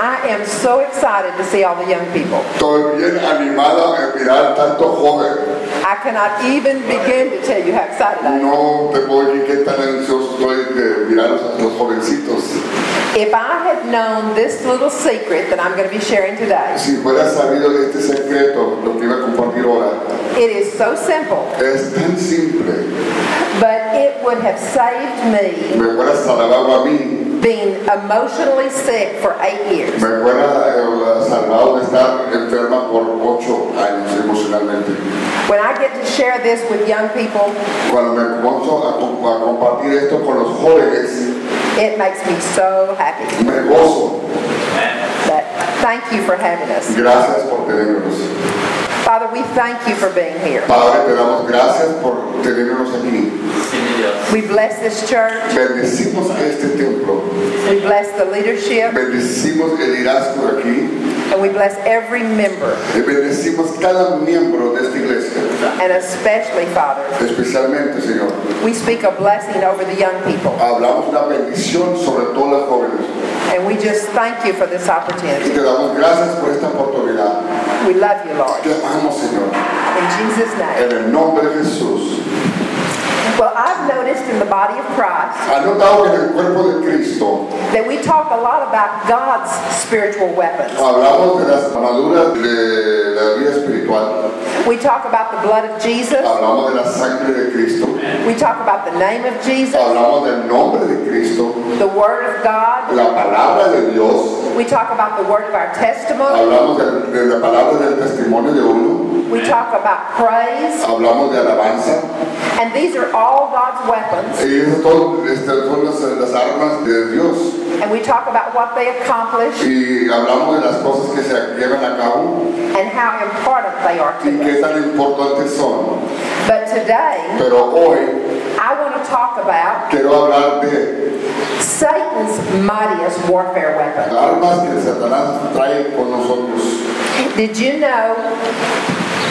I am so excited to see all the young people. Estoy bien animada de mirar tanto joven. I cannot even begin to tell you how excited I am. No te puedo decir qué tan ansioso estoy de mirar a los jovencitos. If I had known this little secret that I'm going to be sharing today, Si fuera sabido de este secreto, lo que iba a compartir ahora, it is so simple, es tan simple. but it would have saved me Me fuera salvado a mí, being emotionally sick for eight years. me fuera eh, salvado de estar enferma por ocho años emocionalmente. When I get to share this with young people, Cuando me comienzo a, com- a compartir esto con los jóvenes, it makes me so happy. me gozo. But thank you for having us. Gracias por tenernos. Father, we thank you for being here. Padre, te damos gracias por tenernos aquí. We bless this church. Bendecimos este templo, We bless the leadership. bendecimos el liderazgo de aquí, And we bless every member. y bendecimos cada miembro de esta iglesia. And especially, Father, Especialmente, Señor, we speak a blessing over the young people. hablamos una bendición sobre todas las jóvenes And we just thank you for this y opportunity. te damos gracias por esta oportunidad. We love you, Lord. Te amamos, Señor, In Jesus' name. en el nombre de Jesús. Well, I've noticed in the body of Christ Has notado que en el cuerpo de Cristo that we talk a lot about God's spiritual weapons. hablamos de las armaduras de la vida espiritual, We talk about the blood of Jesus. hablamos de la sangre de Cristo, We talk about the name of Jesus, hablamos del nombre de Cristo, the Word of God. la palabra de Dios. We talk about the word of our testimony. Hablamos de, de la palabra del testimonio de uno, We talk about praise. hablamos de alabanza, And these are all God's weapons. y eso todo, este, son las, las armas de Dios. And we talk about what they accomplish Y hablamos de las cosas que se llevan a cabo and how important they are y to us. qué tan importantes son. But today, Pero hoy I want to talk about quiero hablar de Satan's mightiest warfare weapon. armas que Satanás trae con nosotros. Did you know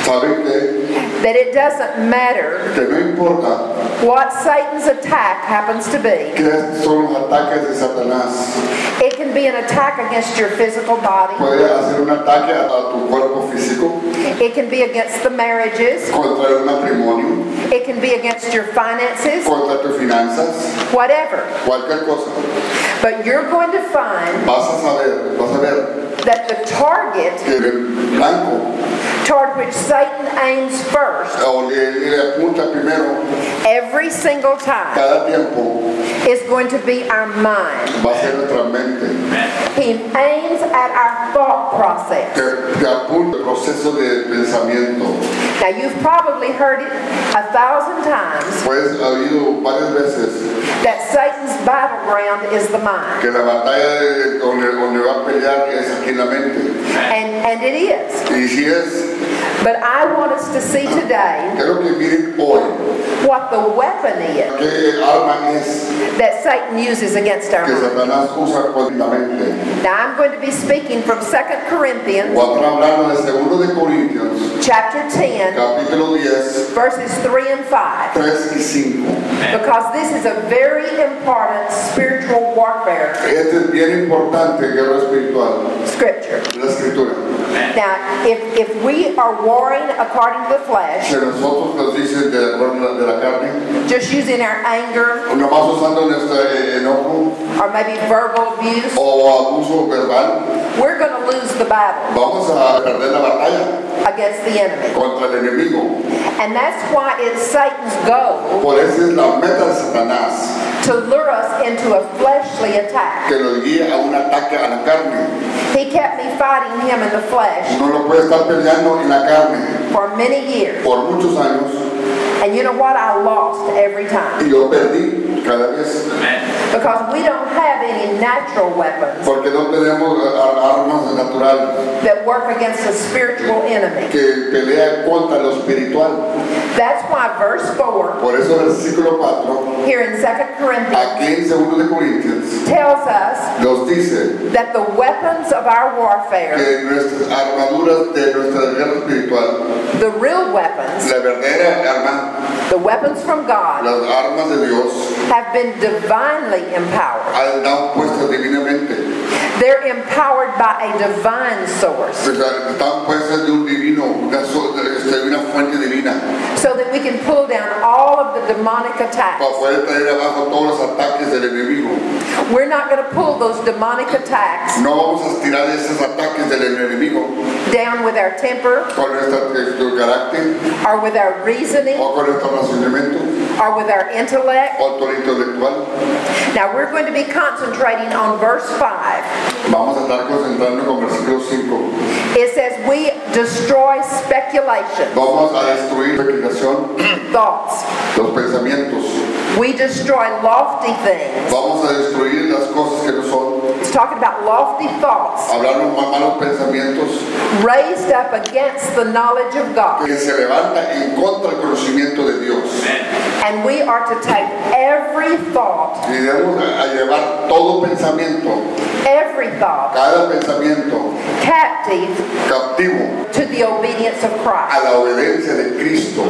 Saben que, that it doesn't matter que no importa what Satan's attack happens to be? qué son los ataques de Satanás, It can be an attack against your physical body. puede hacer un ataque a, a tu cuerpo físico It can be against the marriages. contra el matrimonio, It can be against your finances. contra tus finanzas. whatever. cualquier cosa, But you're going to find vas a saber, vas a ver that the target que el blanco toward which Satan aims first o le, le apunta primero every single time cada tiempo is going to be our mind. va a ser nuestra mente, He aims at our thought process. que, que apunta el proceso de pensamiento. Now you've probably heard it a thousand times Pues ha habido varias veces that Satan's battleground is the mind. que la batalla de- donde, donde va a pelear es aquí en la mente. And, and it is. Y si es, But I want us to see today quiero que miren hoy what the weapon is qué arma es that Satan uses against our que mind. Satanás usa con la mente. Now I'm going to be speaking from 2 Corinthians Cuatro hablando de 2 de Corintios, chapter 10, capítulo 10, verses 3 and 5, 3 y 5. because this is a very important spiritual warfare Este es bien importante, guerra espiritual, scripture. la escritura. Now, if, if we are warring according to the flesh, Si nosotros nos dicen de la, de la carne, just using our anger nomás usando nuestro eh, enojo or maybe verbal abuse, o abuso verbal, we're going to lose the battle vamos a perder la batalla against the enemy. contra el enemigo. And that's why it's Satan's goal Por eso es la meta de Satanás, to lure us into a fleshly attack. que nos guía a un ataque a la carne. He kept me fighting him in the flesh No lo puede estar peleando en la carne for many years. por muchos años And you know what? I lost every time. y yo perdí cada vez Because we don't have any natural weapons. porque no tenemos ar- armas natural, that work against a spiritual enemy. que pelea contra lo espiritual. That's why verse 4 Por eso el versículo 4, here in 2 Corinthians aquí en 2 de Corintios, tells us nos dice that the weapons of our warfare, que nuestras armaduras de nuestra guerra espiritual, the real weapons, la verdadera arma, the weapons from God, las armas de Dios, have been divinely empowered. han estado puestas divinamente, They're empowered by a divine source O sea, están puestas de un divino, una, so- este, una fuente divina, so that we can pull down all of the demonic para attacks. poder traer abajo todos los ataques del enemigo. We're not going to pull those demonic attacks No vamos a tirar esos ataques del enemigo down with our temper con nuestra- nuestro eh, carácter or with our reasoning o con nuestro razonamiento or with our intellect. o con lo intelectual. Now we're going to be concentrating on verse 5. Vamos a estar concentrándonos con versículo 5. It says, We destroy speculation, Vamos a destruir la equitación, thoughts. los pensamientos. We destroy lofty things. Vamos a destruir las cosas que no son. It's talking about lofty thoughts Hablaron ma- malos pensamientos raised up against the knowledge of God. que se levantan en contra del conocimiento de Dios. And we are to take every thought, Y debemos a a llevar todo pensamiento, every thought, cada pensamiento captive captivo to the obedience of a Christ. la obediencia de Cristo.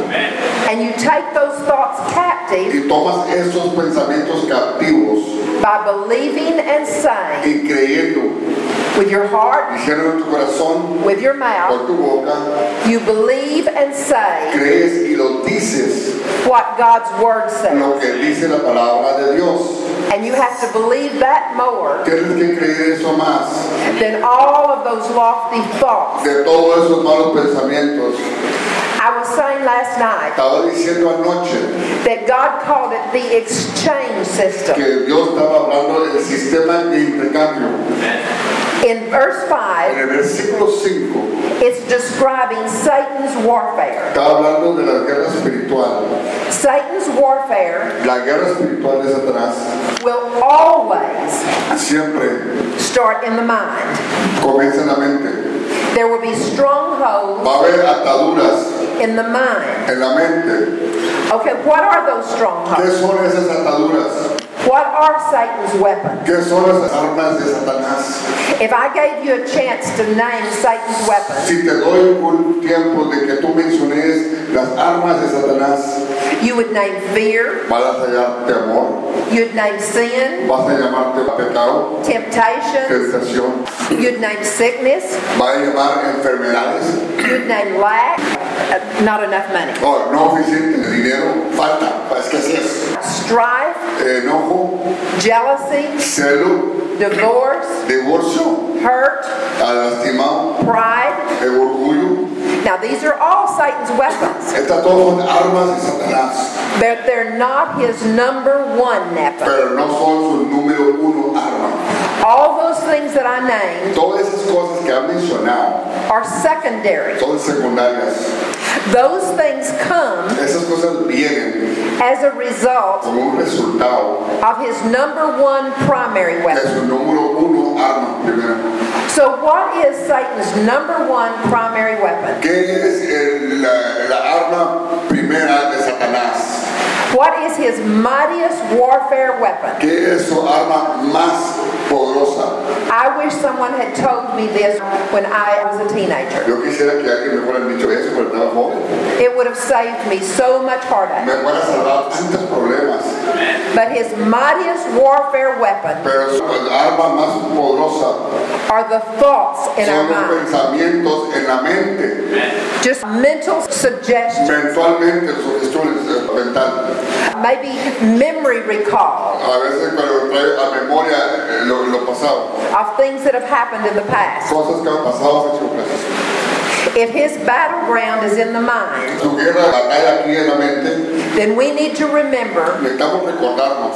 And you take those thoughts captive Y tomas esos pensamientos captivos by believing and saying y creyendo, with your heart, dijeron en tu corazón, with your mouth, con tu boca, you believe and say crees y lo dices what God's word says. lo que dice la palabra de Dios. And you have to believe that more Tienes que creer eso más than all of those lofty thoughts. de todos esos malos pensamientos. I was saying last night Estaba diciendo anoche that God called it the exchange system. que Dios estaba hablando del sistema de intercambio. In verse En 5, el versículo 5 it's describing Satan's warfare. estaba hablando de la guerra espiritual. Satan's warfare La guerra espiritual de Satanás will always siempre start in the mind. comienza en la mente. There will be strongholds Va a haber ataduras in the mind. en la mente. Okay, what are those ¿Qué strongholds? son esas ataduras? What are Satan's weapons? ¿Qué son las armas de Satanás? If I gave you a chance to name Satan's weapons, Si te doy un tiempo de que tú menciones las armas de Satanás, You would name fear, vas a hallar temor, you'd name sin, vas a llamarte pecado, temptation, tentación, you'd name sickness, vas a llamar enfermedades, you'd name lack, uh, not enough money, o no suficiente dinero, falta, escasez, strife, enojo, jealousy, celo, divorce, divorcio, hurt, a lastimado, pride. el orgullo. Now, these are all Satan's weapons, Estas todas son armas de Satanás. but they're not his number one weapon. pero no son su número uno arma. All those things that I named Todas esas cosas que han mencionado are secondary. son secundarias. Those things come Esas cosas vienen as a result como un resultado of his number one primary de weapon. su número uno arma. primero. So what is Satan's number one primary weapon? ¿Qué es el- la, la arma primera de Satanás? What is his mightiest warfare weapon? ¿Qué es su arma más poderosa? I wish someone had told me this when I was a teenager. Yo quisiera que alguien me fuera dicho eso pero estaba joven. It would have saved me so much heartache. Me fuera a salvar tantos problemas. But his mightiest warfare weapon Pero su arma más poderosa are the thoughts in son our los mind. pensamientos en la mente. Just mental suggestion, Mensualmente sugestiones mental. maybe memory recall A veces pero trae a memoria eh, lo, lo pasado. of things that have happened in the past. Cosas que han pasado hace mucho. If his battleground is in the mind, Su guerra, batalla aquí en la mente. then we need to remember Necesitamos recordarnos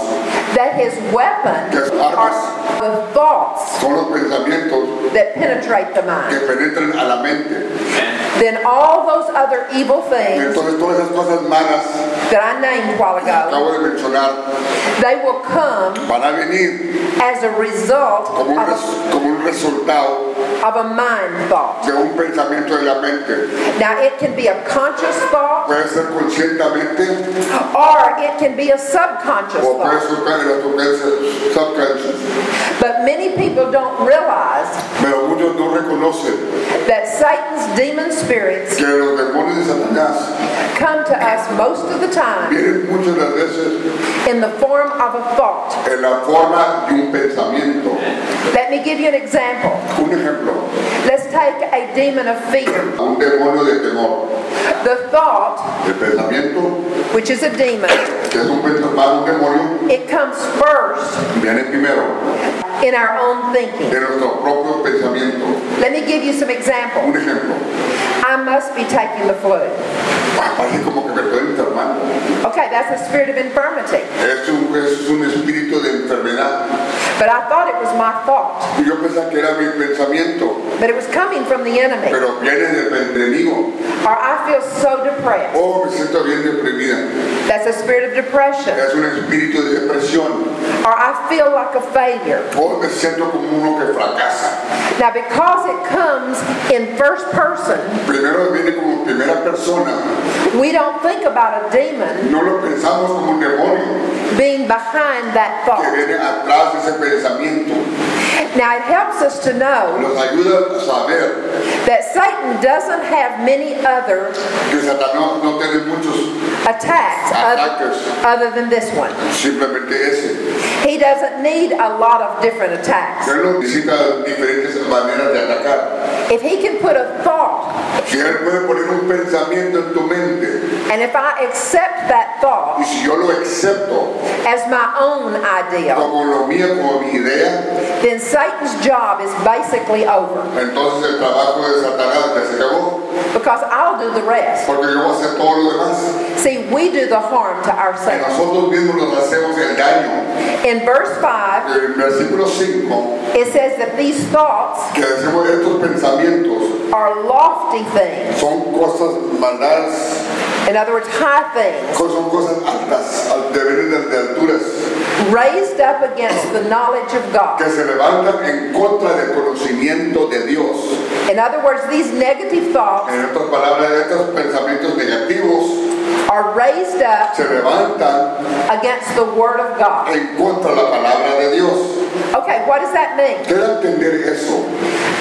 that his weapon que son armas are the thoughts son los pensamientos that penetrate the que mind. penetran a la mente. Then all those other evil things Entonces todas esas cosas malas that I named a while que ago, acabo de mencionar they will come van a venir as a result como un, of res- como un resultado a, of a mind thought. de un pensamiento de la mente. Now, it can be a conscious thought Puede ser conscientemente or it can be a subconscious o puede thought. surgir de la subconscious- subconscious. But many people don't realize Pero muchos no reconocen that Satan's demon spirits que los demonios de Satanás come to us most of the time vienen muchas de las veces in the form of a thought. en la forma de un pensamiento. Let me give you an example. Un ejemplo, Let's take a demon of fear. a un demonio de temor. The thought, El pensamiento, which is a demon, que es un pensamiento, un demonio, it comes first viene primero in our own thinking. de nuestro propio pensamiento. Let me give you some examples. Un ejemplo, I must be taking the flu. ah, parece como que me estoy enfermando. Okay, that's a spirit of infirmity. Es un, es un espíritu de enfermedad. But I thought it was my fault. Y Yo pensaba que era mi pensamiento, But it was coming from the enemy. pero viene del enemigo. Or I feel so depressed. Oh, me siento bien deprimida. That's a spirit of depression. Es un espíritu de depresión. Or I feel like a failure. Oh, me siento como uno que fracasa. Now, because it comes in first person, Primero viene como primera persona. we don't think about a demon No lo pensamos como un demonio being behind that que thought. viene atrás de ese pensamiento. Now, it helps us to know Nos ayuda a saber that Satan doesn't have many other que Satanás no tiene muchos attacks oth- ataques, other than this one. simplemente ese. He doesn't need a lot of different attacks. Él lo visita diferentes maneras de atacar. If he can put a thought, Si él puede poner un pensamiento en tu mente, and if I accept that thought y si yo lo acepto as my own idea, como lo mío, como mi idea, then Satan's job is basically over entonces el trabajo de Satanás ya se acabó, because I'll do the rest. porque yo voy a hacer todo lo demás. See, we do the harm to Y ourselves. nosotros mismos nos hacemos el daño. In verse 5, El versículo 5, it says that these thoughts que decimos estos pensamientos are lofty things. son cosas malas In other words, high things. son cosas altas, al- de veredas de alturas, raised up against the knowledge of que God. se levantan en contra del conocimiento de Dios. In other words, these negative thoughts En otras palabras, estos pensamientos negativos are raised up se levantan against the Word of God. en contra de la palabra de Dios. Okay, what does that mean? Quiero entender eso.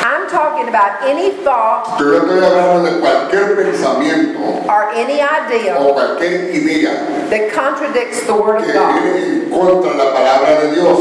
I'm talking about any thought Pero yo estoy hablando de cualquier pensamiento or any idea o cualquier idea that contradicts the Word que of God. viene en contra de la palabra de Dios.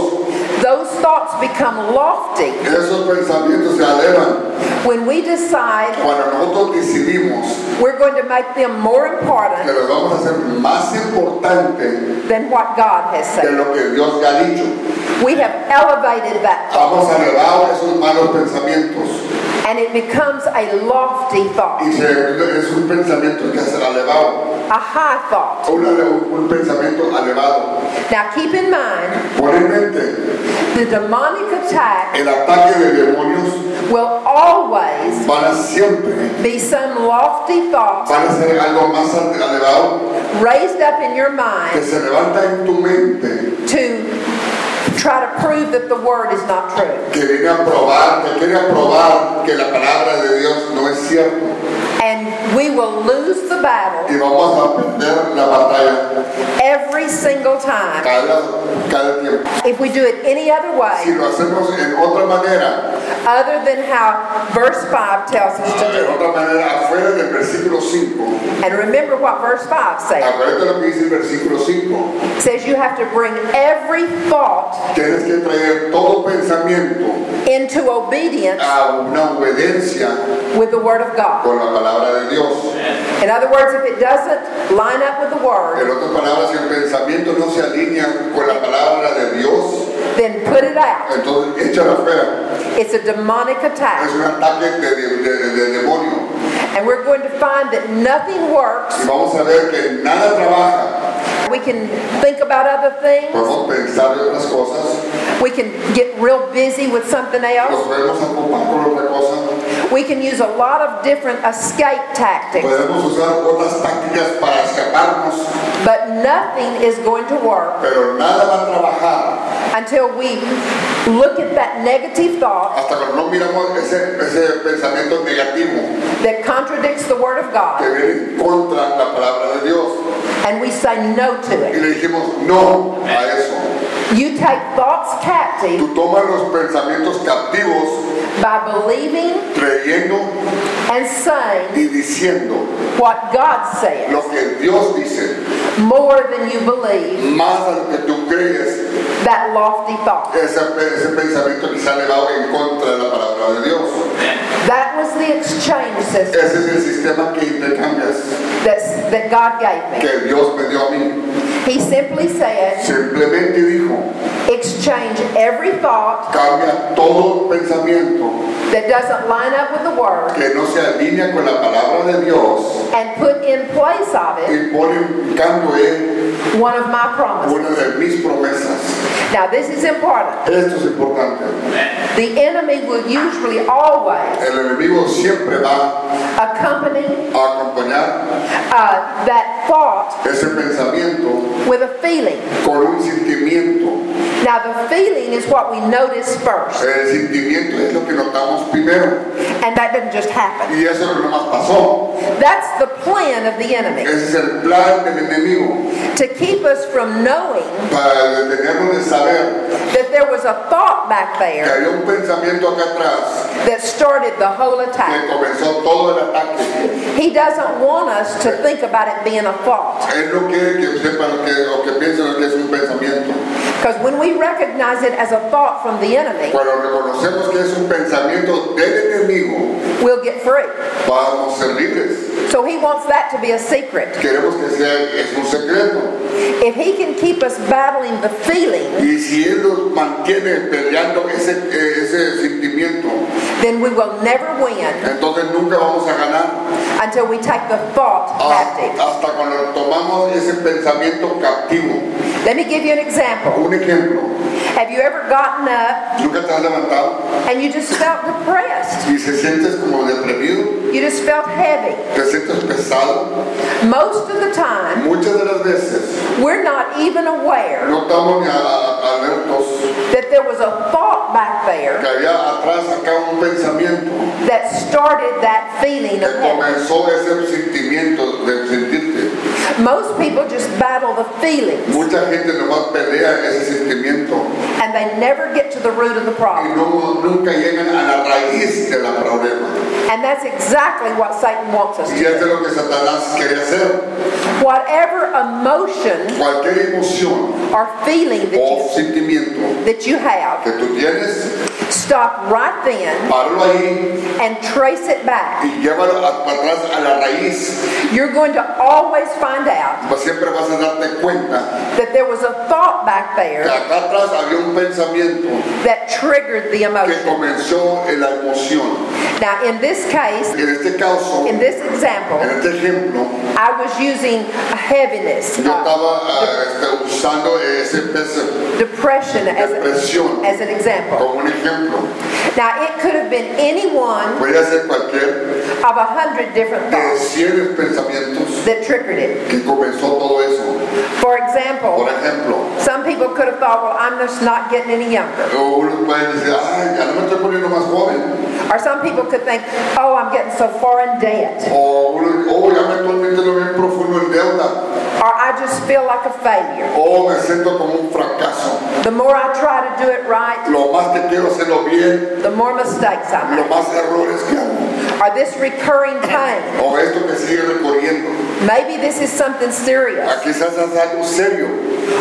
Those thoughts become lofty Esos pensamientos se elevan when we decide cuando nosotros decidimos we're going to make them more que important los vamos a hacer más importantes than what God has de said. lo que Dios ya ha dicho. We have elevated that Vamos a elevar esos malos pensamientos. and it becomes a lofty thought, Y se, es un pensamiento que será elevado. a high thought. Un, un pensamiento elevado. Now keep in mind Por en mente, The demonic attack el ataque de demonios will always van a siempre, be some lofty thought van a ser algo más elevado raised up in your que mind se levanta en tu mente, to try to prove that the word is not true. que viene a probar, que quiere probar que la palabra de Dios no es cierta. And we will lose the battle Y vamos a perder la batalla every single time cada, cada tiempo. if we do it any other Si way lo hacemos en otra manera, other than how verse 5 tells us to De do it. otra manera, afuera del versículo 5, And remember what verse 5 says. acuérdate lo que dice el versículo 5, It says you have to bring every thought tienes que traer todo pensamiento into obedience a una obediencia with the word of God. con la palabra de Dios. In other words, if it doesn't line up with the word, En otras palabras, si el pensamiento no se alinea con la palabra de Dios, then put it out. entonces échala afuera. It's a demonic Es attack. un ataque de, de- de- de And we're going to find that nothing demonio. Y works vamos a ver que nada trabaja we can think about other things. Podemos pensar en otras cosas, We can get real busy with something nos else. podemos ocupar por otra cosa, We can use a lot of different escape tactics, podemos usar otras tácticas para escaparnos, but nothing is going to work pero nada va a trabajar until we look at that negative thought hasta que no miramos ese, ese pensamiento negativo that contradicts the Word of que God viene contra la palabra de Dios. and we say no to Y it. le dijimos no a eso. You take thoughts captive Tú tomas los pensamientos captivos by believing creyendo and saying y diciendo what God said lo que Dios dice, more than you believe más al que tú crees that lofty thought. ese, ese pensamiento que se ha elevado en contra de la palabra de Dios. That was the exchange system Ese es el sistema que intercambias, that's, that God gave me. que Dios me dio a mí. He simply said, Simplemente dijo, exchange every thought cambia todo pensamiento that doesn't line up with the Word que no se alinea con la palabra de Dios and put in place of it y pone un cambio en one of my promises. una de mis promesas. Now, this is important. Esto es importante. The enemy will usually always El enemigo siempre va accompany a acompañar uh, that thought ese pensamiento with a feeling. con un sentimiento. Now, the feeling is what we notice first, El sentimiento es lo que notamos primero. and that didn't just happen. Y eso no más pasó. That's the plan of the enemy Ese es el plan del enemigo to keep us from knowing para detenernos de saber that there was a thought back que there había un pensamiento acá atrás that started the whole que attack. comenzó todo el ataque. He doesn't want us to think about it being a thought. Él no quiere que sepan lo que, o que piensen lo que es un pensamiento. Because when we recognize it as a thought from the enemy, Cuando reconocemos que es un pensamiento del enemigo, we'll get free. vamos a ser libres. So he wants that to be a secret. Queremos que sea es un secreto. If he can keep us battling the feeling, Y si él nos mantiene peleando ese, eh, ese sentimiento, then we will never win entonces nunca vamos a ganar until we take the thought Oh. hasta, captive. hasta cuando tomamos ese pensamiento captivo. Let me give you an example. Un ejemplo, Have you ever gotten up nunca te has levantado and you just felt depressed? y se sientes como deprimido, You just felt heavy. te sientes pesado. Most of the time, Muchas de las veces we're not even aware no estamos ni a- a- alertos that there was a thought back que there había atrás acá un pensamiento that started that feeling que of heaviness. comenzó ese sentimiento de sentirte. Most people just battle the feelings Mucha gente nomás pelea ese sentimiento and they never get to the root of the y problem. no, nunca llegan a la raíz del problema. And that's exactly what Satan wants us to Y esto es lo que Satanás quiere hacer. do. Whatever emotion Cualquier emoción or feeling that o you, sentimiento that you have, que tú tienes, stop right then páralo ahí and trace it back. y llévalo a- para atrás a la raíz. You're going to always find out Pues siempre vas a darte cuenta that there was a thought back que there acá atrás había un pensamiento that triggered the que emotion. comenzó en la emoción. Now, in this case, En este caso, in en this example, este ejemplo, I was using a heaviness, yo uh, estaba ah, este, usando ese peso, depression as, a, depresión. as an example. Como un ejemplo, Now, it could have been any one podría ser cualquier of a hundred different de thoughts cienes pensamientos that triggered it. que comenzó todo eso. For Por example, ejemplo, some people could have thought, well, I'm just not getting any younger. uno puede decir, ay, ya no me estoy poniendo más joven. Or some people could think, oh, I'm getting so far in debt. O uno, oh, ya me estoy metiendo bien profundo en deuda. Or I just feel like a failure. O me siento como un fracaso. The more I try to do it right, Lo más que quiero hacerlo bien, the more mistakes I lo más errores que hago. make. Or this recurring pain. O esto que sigue recorriendo. Maybe this is something serious. Ah, quizás es algo serio.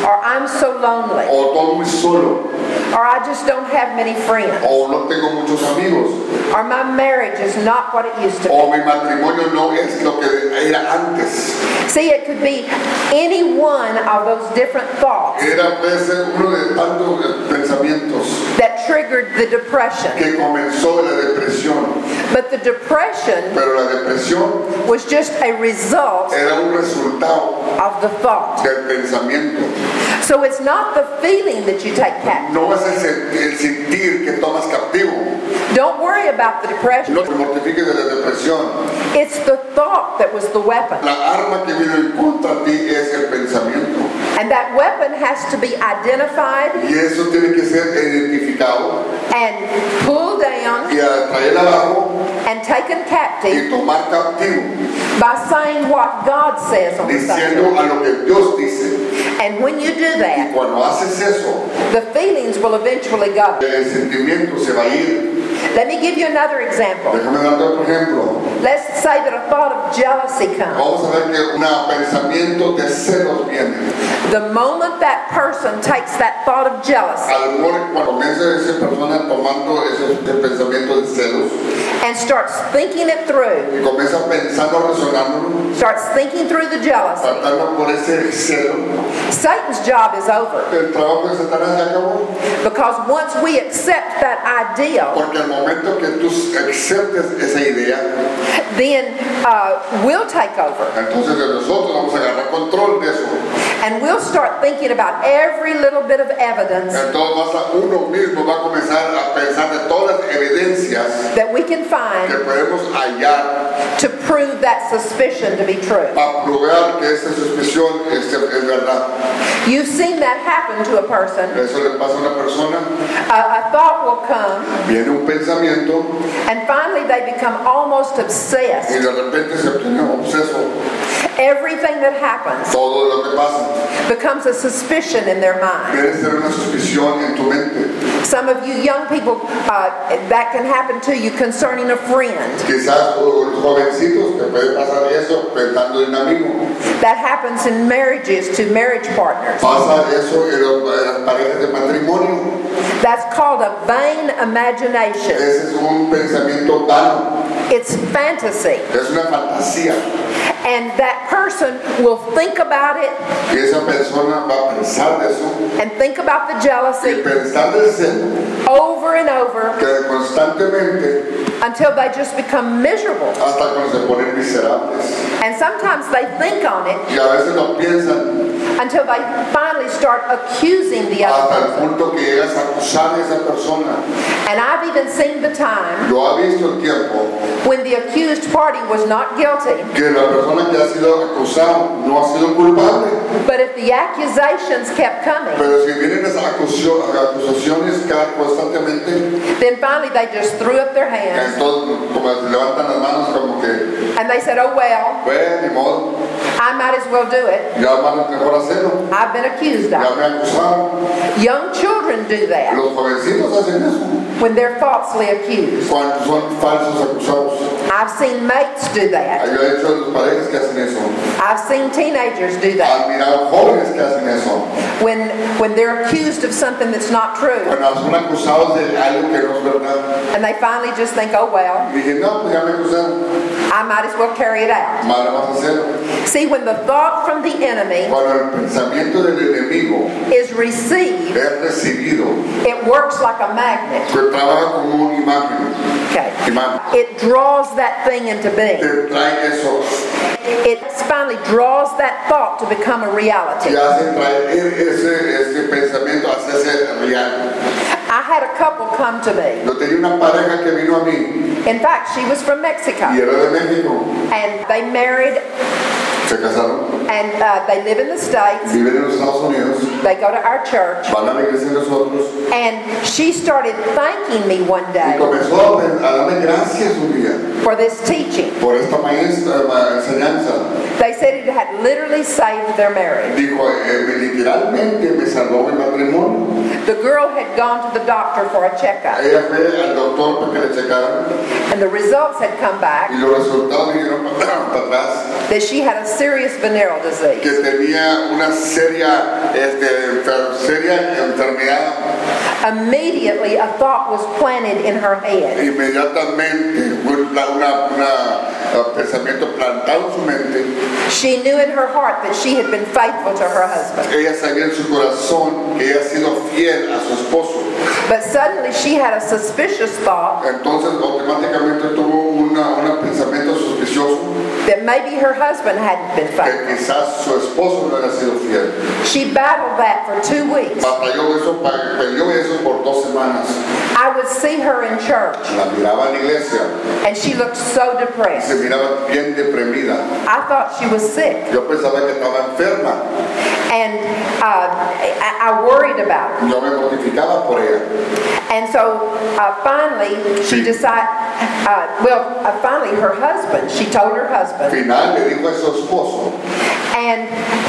Or I'm so lonely. O todo muy solo. Or I just don't have many friends. O no tengo muchos amigos. Or my marriage is not what it used to be. O mi matrimonio no es lo que era antes. See, it could be any one of those different thoughts Era pues uno de tantos pensamientos that triggered the depression. que comenzó la depresión, But the depression pero la depresión was just a result era un resultado of the thought. del pensamiento. So it's not the feeling that you take captive. No es el, sen- el sentir que tomas captivo. Don't worry about the depression. No te mortifiques de la depresión. It's the thought that was the weapon. La arma que viene en contra de ti es el pensamiento. And that weapon has to be identified Y eso tiene que ser identificado and pulled down y a traer abajo and taken y captive tomar captivo, by saying what God says on the subject. diciendo a lo que Dios dice. And when you do Y that, cuando haces eso, the feelings will eventually go. el sentimiento se va a ir. Let me give you another example. Déjame darte otro ejemplo. Let's say that a thought of jealousy comes. Vamos a ver que un pensamiento de celos viene. The moment that person takes that thought of jealousy Al amor, cuando comienza esa persona tomando esos pensamientos de celos and starts thinking it through, y comienza pensando, razonándolo, starts thinking through the jealousy, tratando por ese celo, Satan's job is over. el trabajo de Satanás ya acabó. Because once we accept that idea, Porque al momento que tú aceptes esa idea, then uh, we'll take over entonces de nosotros vamos a agarrar control de eso. and we'll start thinking about every little bit of evidence Entonces vas a, uno mismo va a comenzar a pensar de todas las evidencias that we can que find podemos hallar to prove that suspicion to be true. para probar que esa suspición este, es verdad. You've seen that happen to a person. Eso le pasa a una persona, A, a thought will come, viene un pensamiento and finally they become almost y obsessed. de repente se obtiene un obseso. Everything that happens Todo lo que pasa becomes a suspicion in their mind. debe ser una suspición en tu mente. Some of you young people, uh, that can happen to you concerning a friend. Quizás los jovencitos te puede pasar eso pensando en un amigo. That happens in marriages to marriage partners. Pasa eso en, los- en las parejas de matrimonio. That's called a vain imagination. Ese es un pensamiento vano, It's fantasy. es una fantasía. And that person will think about it Y esa persona va a pensar de eso. and think about the Y jealousy pensar de eso over and over que constantemente, until they just become miserable. hasta cuando se ponen miserables. And sometimes they think on it Y a veces lo piensan until they finally start accusing the other hasta el person. punto que llegas a acusar a esa persona. And I've even seen the time Yo ha visto el tiempo when the accused party was not guilty, que la persona que ha sido acusada no ha sido culpable. but if the accusations kept coming, Pero si vienen las acusio- acusaciones cada- constantemente, then finally they just threw up their hands Entonces, como se levantan las manos, como que, and they said, oh well, pues, ni modo, I might as well do it. ya van mejor hacerlo. I've been accused Ya of me acusaron. it. Young children do that Los jovencitos hacen eso when they're falsely accused. cuando son falsos acusados. I've seen mates do that. Yo he hecho los parejas que hacen eso. I've seen teenagers do that He mirado jóvenes que hacen eso. when when they're accused of something that's not true Cuando son acusados de algo que no es verdad. and they finally just think, oh well, Y dije, no, pues ya me acusaron. I might as well carry it out. Mal vas a hacerlo. See, when the thought from the enemy Cuando el pensamiento del enemigo is received, es recibido, it works like a magnet. que trabaja como una imagen. Okay. Imán. It draws that thing into being. Te trae eso It finally draws that thought to become a y reality. hace traer ese, ese pensamiento, hacerse real. I had a couple come to me. Yo tenía una pareja que vino a mí In fact, she was from Mexico. y era de México. And they married Se casaron, and uh, they live in the States. viven en los Estados Unidos, They go to our church. van a la iglesia de nosotros And she started thanking me one y day comenzó a a darme gracias un día for this teaching. por esta maestra, ma- enseñanza. They said it had literally saved their marriage. Dijo, eh, me- literalmente me salvó mi matrimonio. The girl had gone to the doctor for a checkup. Ella fue al doctor para que le checaran And the results had come back y los resultados vinieron para atrás, that she had a serious venereal disease. que tenía una seria, este, enfer- seria enfermedad Immediately, a thought was planted in her head. inmediatamente fue una, una- una- un pensamiento plantado en su mente. She knew in her heart that she had been faithful to her husband. Ella sabía en su corazón que ella ha sido fiel a su esposo. But suddenly, she had a suspicious thought Entonces automáticamente tuvo una- un pensamiento sospechoso that that maybe her husband hadn't been faithful. que quizás su esposo no haya sido fiel. She battled that for two weeks. Batalló eso, pa- peleó eso por dos semanas. I would see her in church, La miraba en la iglesia, and she looked so se depressed. miraba bien deprimida. I thought she was sick, Yo pensaba que estaba enferma, and uh, I, I worried about her. yo me mortificaba por ella. And so uh, finally, she decided. Uh, well, uh, finally, her husband. She told her Al husband, final le dijo a su esposo, and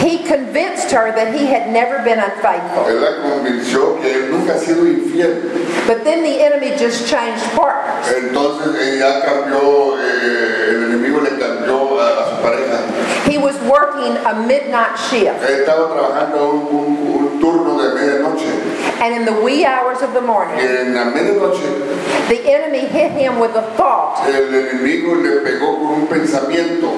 he convinced her that he had never been unfaithful. él la convenció que él nunca ha sido infiel. But then the enemy just changed partners. Entonces ella cambió, eh, el enemigo le cambió a, a su pareja. He was working a midnight shift, Él estaba trabajando un, un- un turno de medianoche. and in the wee hours of the Y morning, en la medianoche the enemy hit him with a thought. el enemigo le pegó con un pensamiento.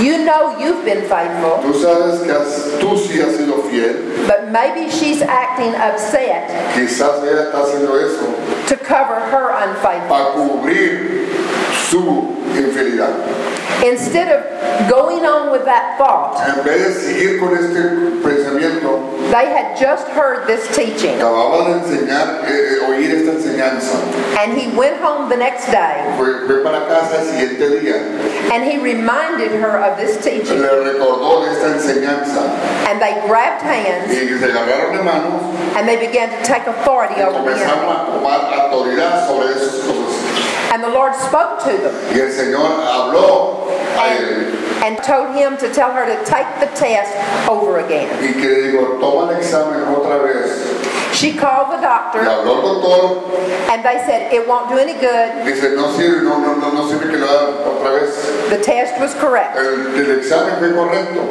You know you've been faithful, Tú sabes que has- tú sí has sido fiel. but maybe she's acting upset Quizás ella está haciendo eso to cover her unfaithfulness. para cubrir su infidelidad. Instead of going on with that thought, En vez de seguir con este pensamiento, they had just heard this teaching, acababa de enseñar, eh, eh, oír esta enseñanza. and he went home the next day Fue, fue para casa el siguiente día. and he reminded her of this teaching, Le recordó de esta enseñanza and they grabbed hands y se agarraron de manos and they began to take authority Y over him. comenzaron a tomar autoridad sobre esas cosas. And the Lord spoke to them Y el Señor habló a él and, and told him to tell her to take the test over again. y que le dijo, toma el examen otra vez. She called the Le doctor, habló el doctor, and they said it won't do any good. dice, no sirve, no, no, no, no sirve que lo hagan otra vez. The test was correct. El, el examen fue correcto.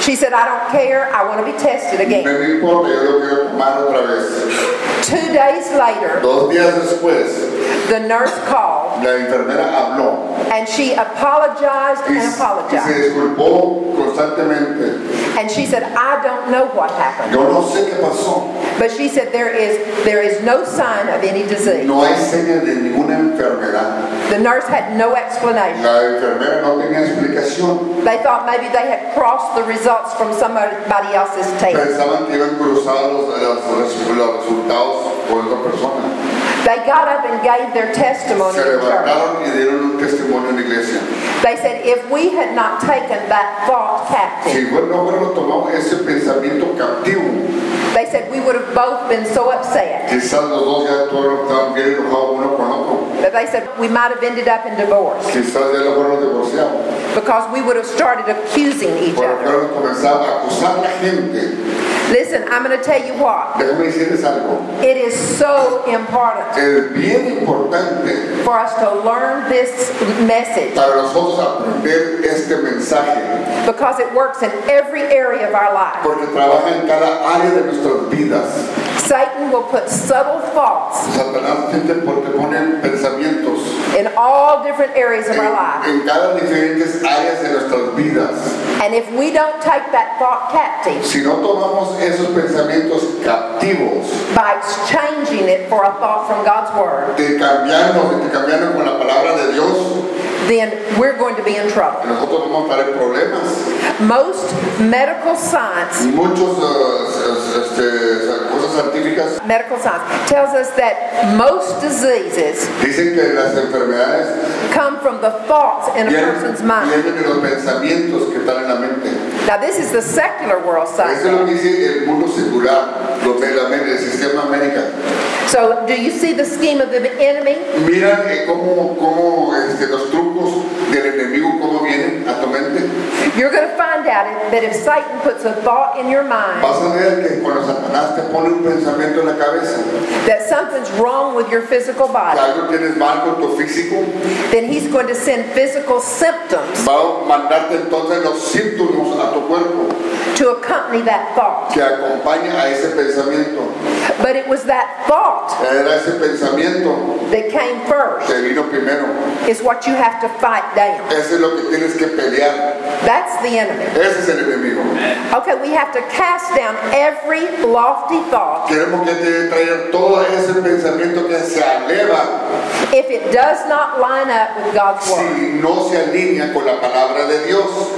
She said, I don't care. I want to be tested No again. me importa, yo lo quiero tomar otra vez. Two days later, Dos días después, the nurse called la enfermera habló and she apologized y, and y se apologized. disculpó constantemente. And she said, I don't know what happened. Yo no sé qué pasó. But she said, there is, there is no sign of any disease. No hay señas de ninguna enfermedad. The nurse had no explanation. La enfermera no tenía explicación. They thought maybe they had crossed the results from somebody else's test. Pensaban que iban cruzados eh, los, los- los resultados por otra persona. They got up and gave their testimony Se in church. levantaron y dieron un testimonio en la iglesia. They said, if we had not taken that thought captive, Si bueno, bueno, tomamos ese pensamiento captivo, they said we would have both been so upset. quizás los dos ya todos estaban bien enojados uno con otro. But they said we might have ended up in divorce Quizás ya lo fueron divorciados. because we would have started accusing each Pero other. fueron a comenzar a acusar a la gente. Listen, I'm going to tell you what. Déjame decirles algo. It is so important Es bien importante for us to learn this message para nosotros aprender este mensaje. because it works in every area of our life. porque trabaja en cada área de nuestras vidas. Satan will put subtle thoughts Satanás siempre porque pone pensamientos in all different areas of en, our life. en cada diferentes áreas de nuestras vidas. And if we don't take that thought captive Si no tomamos esos pensamientos captivos, by exchanging it for a thought from God's Word, de cambiarnos, de cambiarnos con la palabra de Dios, then we're going to be in trouble. nosotros vamos a estar en problemas. Most medical science Muchas eh, este, cosas científicas Medical science tells us that most diseases dicen que las enfermedades come from the thoughts in a vienen, person's mind. vienen de los pensamientos que están en la mente. Now, this is the secular world Eso es science. lo que dice el mundo secular, lo de la- el sistema América. So, do you see the scheme of the enemy? Miran eh, cómo, cómo, este, los trucos del enemigo, cómo vienen a tu mente. You're going to find out if- that if Satan puts a thought in your mind Vas a ver que cuando Satanás te pone un pensamiento en la cabeza, that something's wrong with your physical que body, algo tienes mal con tu físico, then he's going to send physical symptoms va a mandarte entonces los síntomas a tu cuerpo to accompany that thought. que acompaña a ese pensamiento. But it was that thought Era ese pensamiento that came first, que vino primero. is what you have to fight down. Eso es lo que tienes que pelear. That's the enemy. Ese es el enemigo. Okay, we have to cast down every lofty thought. Queremos que te traigan todo ese pensamiento que se eleva If it does not line up with God's word, si no se alinea con la palabra de Dios.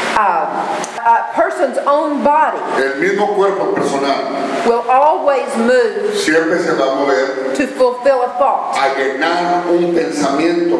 a person's own body El mismo cuerpo personal will always move siempre se va a mover to fulfill a thought a llenar un pensamiento,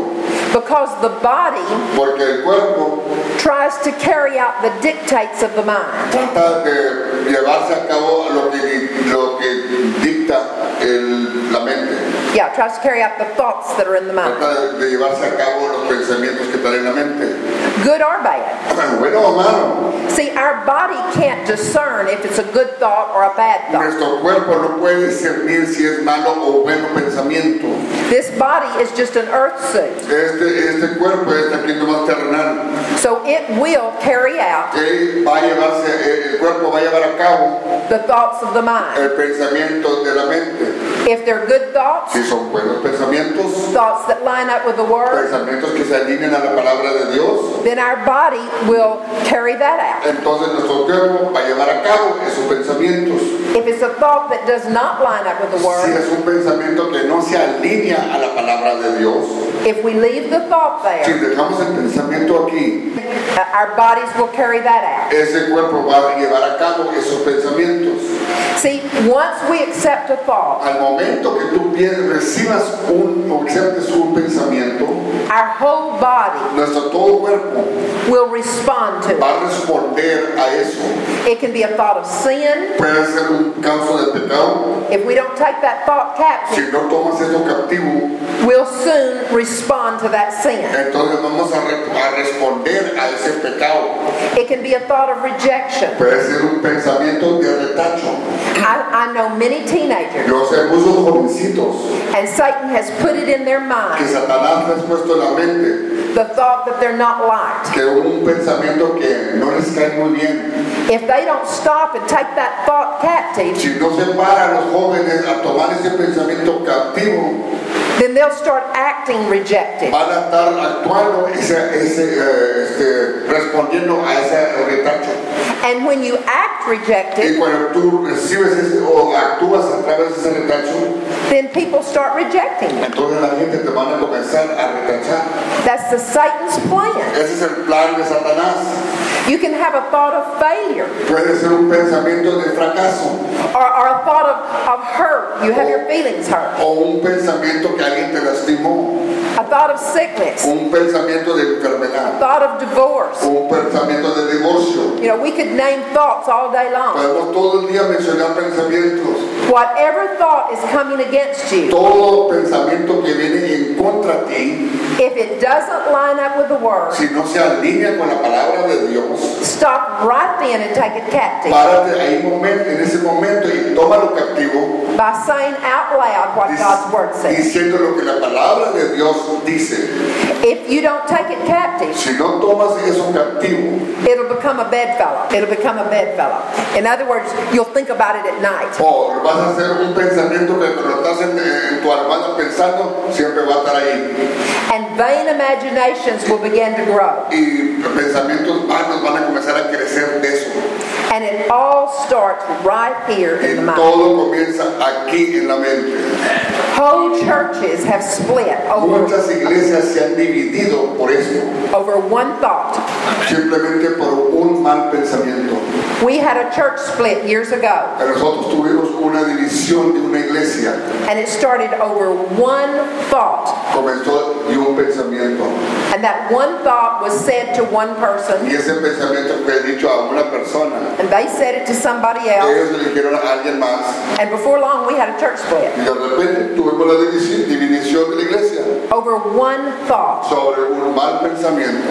because the body porque el cuerpo tries to carry out the dictates of the mind. trata de llevarse a cabo lo que, di- lo que dicta el- la mente, Yeah, tries to carry out the thoughts that are in the mind, trata de, de llevarse a cabo los pensamientos que trae la mente. good or bad. Bueno o malo, See, our body can't discern if it's a good thought or a bad thought. nuestro cuerpo no puede discernir si es malo o bueno pensamiento. This body is just an earth suit, Este, este cuerpo, este aquí más terrenal, so it will carry out él va a llevarse, eh, el- el cuerpo va a llevar a cabo the thoughts of the mind. el pensamiento de la mente. If they're good thoughts, Si son buenos pensamientos, thoughts that line up with the word, pensamientos que se alinean a la palabra de Dios, then our body will carry that out. entonces nuestro cuerpo va a llevar a cabo esos pensamientos. If it's a thought that does not line up with the Si word, es un pensamiento que no se alinea a la palabra de Dios, if we leave the thought si there, dejamos el pensamiento aquí, uh, our bodies will carry that ese cuerpo va a llevar a cabo esos pensamientos. out. See, once we accept a thought, Al momento que tú pie- recibas un o aceptes un pensamiento, our whole body nuestro todo cuerpo will respond to it. va a responder a eso. It can be a thought of sin. Puede ser un caso de pecado. If we don't take that thought Si captive, no tomas eso captivo, we'll soon respond to that sin. Entonces vamos a, re- a responder a ese pecado. It can be a thought of rejection. Puede ser un pensamiento de retacho. I, I know many teenagers, Yo sé muchos jovencitos and Satan has put it in their que mind Satanás les ha puesto en la mente the thought that they're not liked. que un pensamiento que no les cae muy bien. If they don't stop and take that thought captive, Si no se paran los jóvenes a tomar ese pensamiento captivo, then they'll start acting rejected. van a estar actuando, ese, ese, eh, este, respondiendo a ese retacho. And when you act Y rejected, cuando tú recibes ese, o actúas a través de ese retacho, then people start rejecting you. entonces la gente te van a comenzar a retachar. That's the Satan's plan. Ese es el plan de Satanás. You can have a thought of failure Puede ser un pensamiento de fracaso or, or a thought of, of hurt. You have your feelings hurt. o un pensamiento que alguien te lastimó, A thought of sickness, un pensamiento de enfermedad, thought of divorce. un pensamiento de divorcio. You know, we could name thoughts all day long. Podemos todo el día mencionar pensamientos. Whatever thought is coming against you, Todo pensamiento que viene en contra de ti, if it doesn't line up with the word, si no se alinea con la palabra de Dios, stop right then and take it captive párate ahí momen- en ese momento y tómalo captivo, by saying out loud what God's word dic- says. diciendo lo que la palabra de Dios dice. If you don't take it captive, Si no tomas eso captivo, It'll become a bedfellow. It'll become a bedfellow. In other words, you'll think about it at night. O vas a hacer un pensamiento que cuando estás en, en tu almohada pensando, siempre va a estar ahí. And vain imaginations will begin to grow. Y pensamientos vanos van a comenzar a crecer de eso. And it all starts right here in the Y mind. todo comienza aquí en la mente. Whole churches have split over, Muchas iglesias se han dividido por esto, over one thought. simplemente por un mal pensamiento. We had a church split years ago, Nosotros tuvimos una división de una iglesia, and it started over one thought. comenzó de un pensamiento. And that one thought was said to one Y person, ese pensamiento fue dicho a una persona. and they said it to somebody else. Ellos le dijeron a alguien más. And before long, we had a church split Y de repente tuvimos la división, división de la iglesia over one thought. sobre un mal pensamiento.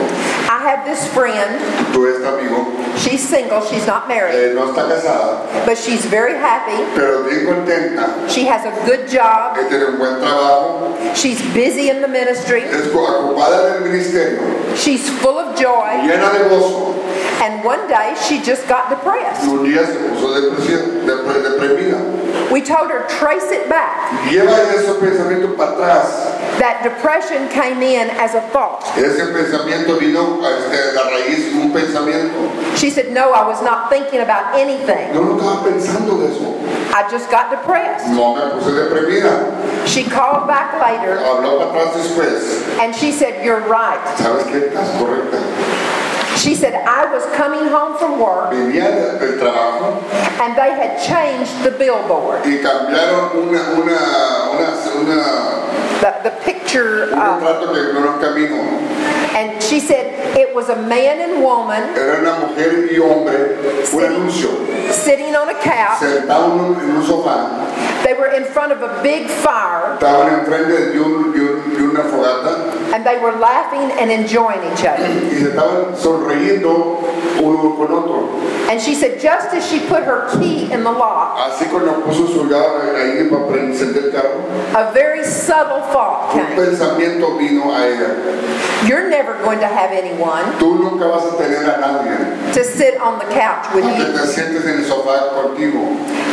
I have this friend. Tú, este amigo, She's single. She's not married, eh, no está casada, but she's very happy. pero bien contenta, She has a good job. que tiene un buen trabajo, She's busy in the ministry. es co- ocupada en el ministerio, She's full of joy. llena de gozo. And one day she just got Y depressed. un día se puso depresión, depre- deprimida. We told her trace it back. Lleva esos pensamientos para atrás. That depression came in as a thought. Ese pensamiento vino a este, a la raíz de un pensamiento. She said, No, I was not thinking about anything. Yo no estaba pensando de eso. I just got depressed. No me puse deprimida. She called back later Habló para atrás después. and she said, You're right. ¿Sabes qué? Estás correcta. She said, I was coming home from work Venía de- del trabajo and they had changed the billboard, y cambiaron una, una, una, una- the, the picture. un Uh, retrato que no era un camino. and she said, It was a man and woman Era una mujer y hombre, un Sí. Ah. anuncio. sitting on a couch. Sentados en un sofá, They were in front of a big fire estaban enfrente de, un- de un- de una fogata and they were laughing and enjoying each other. y se estaban sonriendo uno con otro. And she said, Just as she put her key in the lock, Así cuando puso su llave ahí para prender el carro, a very subtle thought un came. pensamiento vino a ella. You're never going to have anyone Tú nunca vas a tener a nadie to sit on the couch with que you. te sientes en el sofá contigo.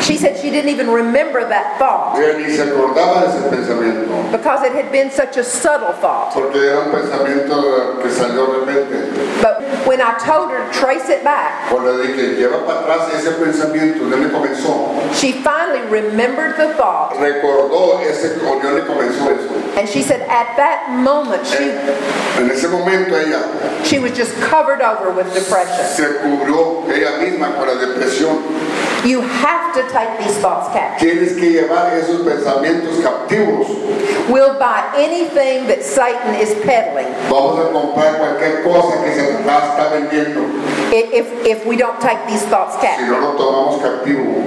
She said she didn't even remember that thought Ella ni se acordaba de ese pensamiento, because it had been such a subtle thought. porque era un pensamiento que salió de repente. But when I told her to trace it back, Cuando dije, lleva para atrás ese pensamiento, ¿de dónde comenzó? she finally remembered the thought. Recordó ese, ¿de dónde comenzó eso? And she said at that moment, she, En, en ese momento ella she was just covered over with depression. se cubrió ella misma con la depresión. You have to take these thoughts captive. Tienes que llevar esos pensamientos captivos We'll buy anything that Satan is peddling Vamos a comprar cualquier cosa que se está vendiendo i- if, if we don't take these thoughts si captive. no lo tomamos captivo.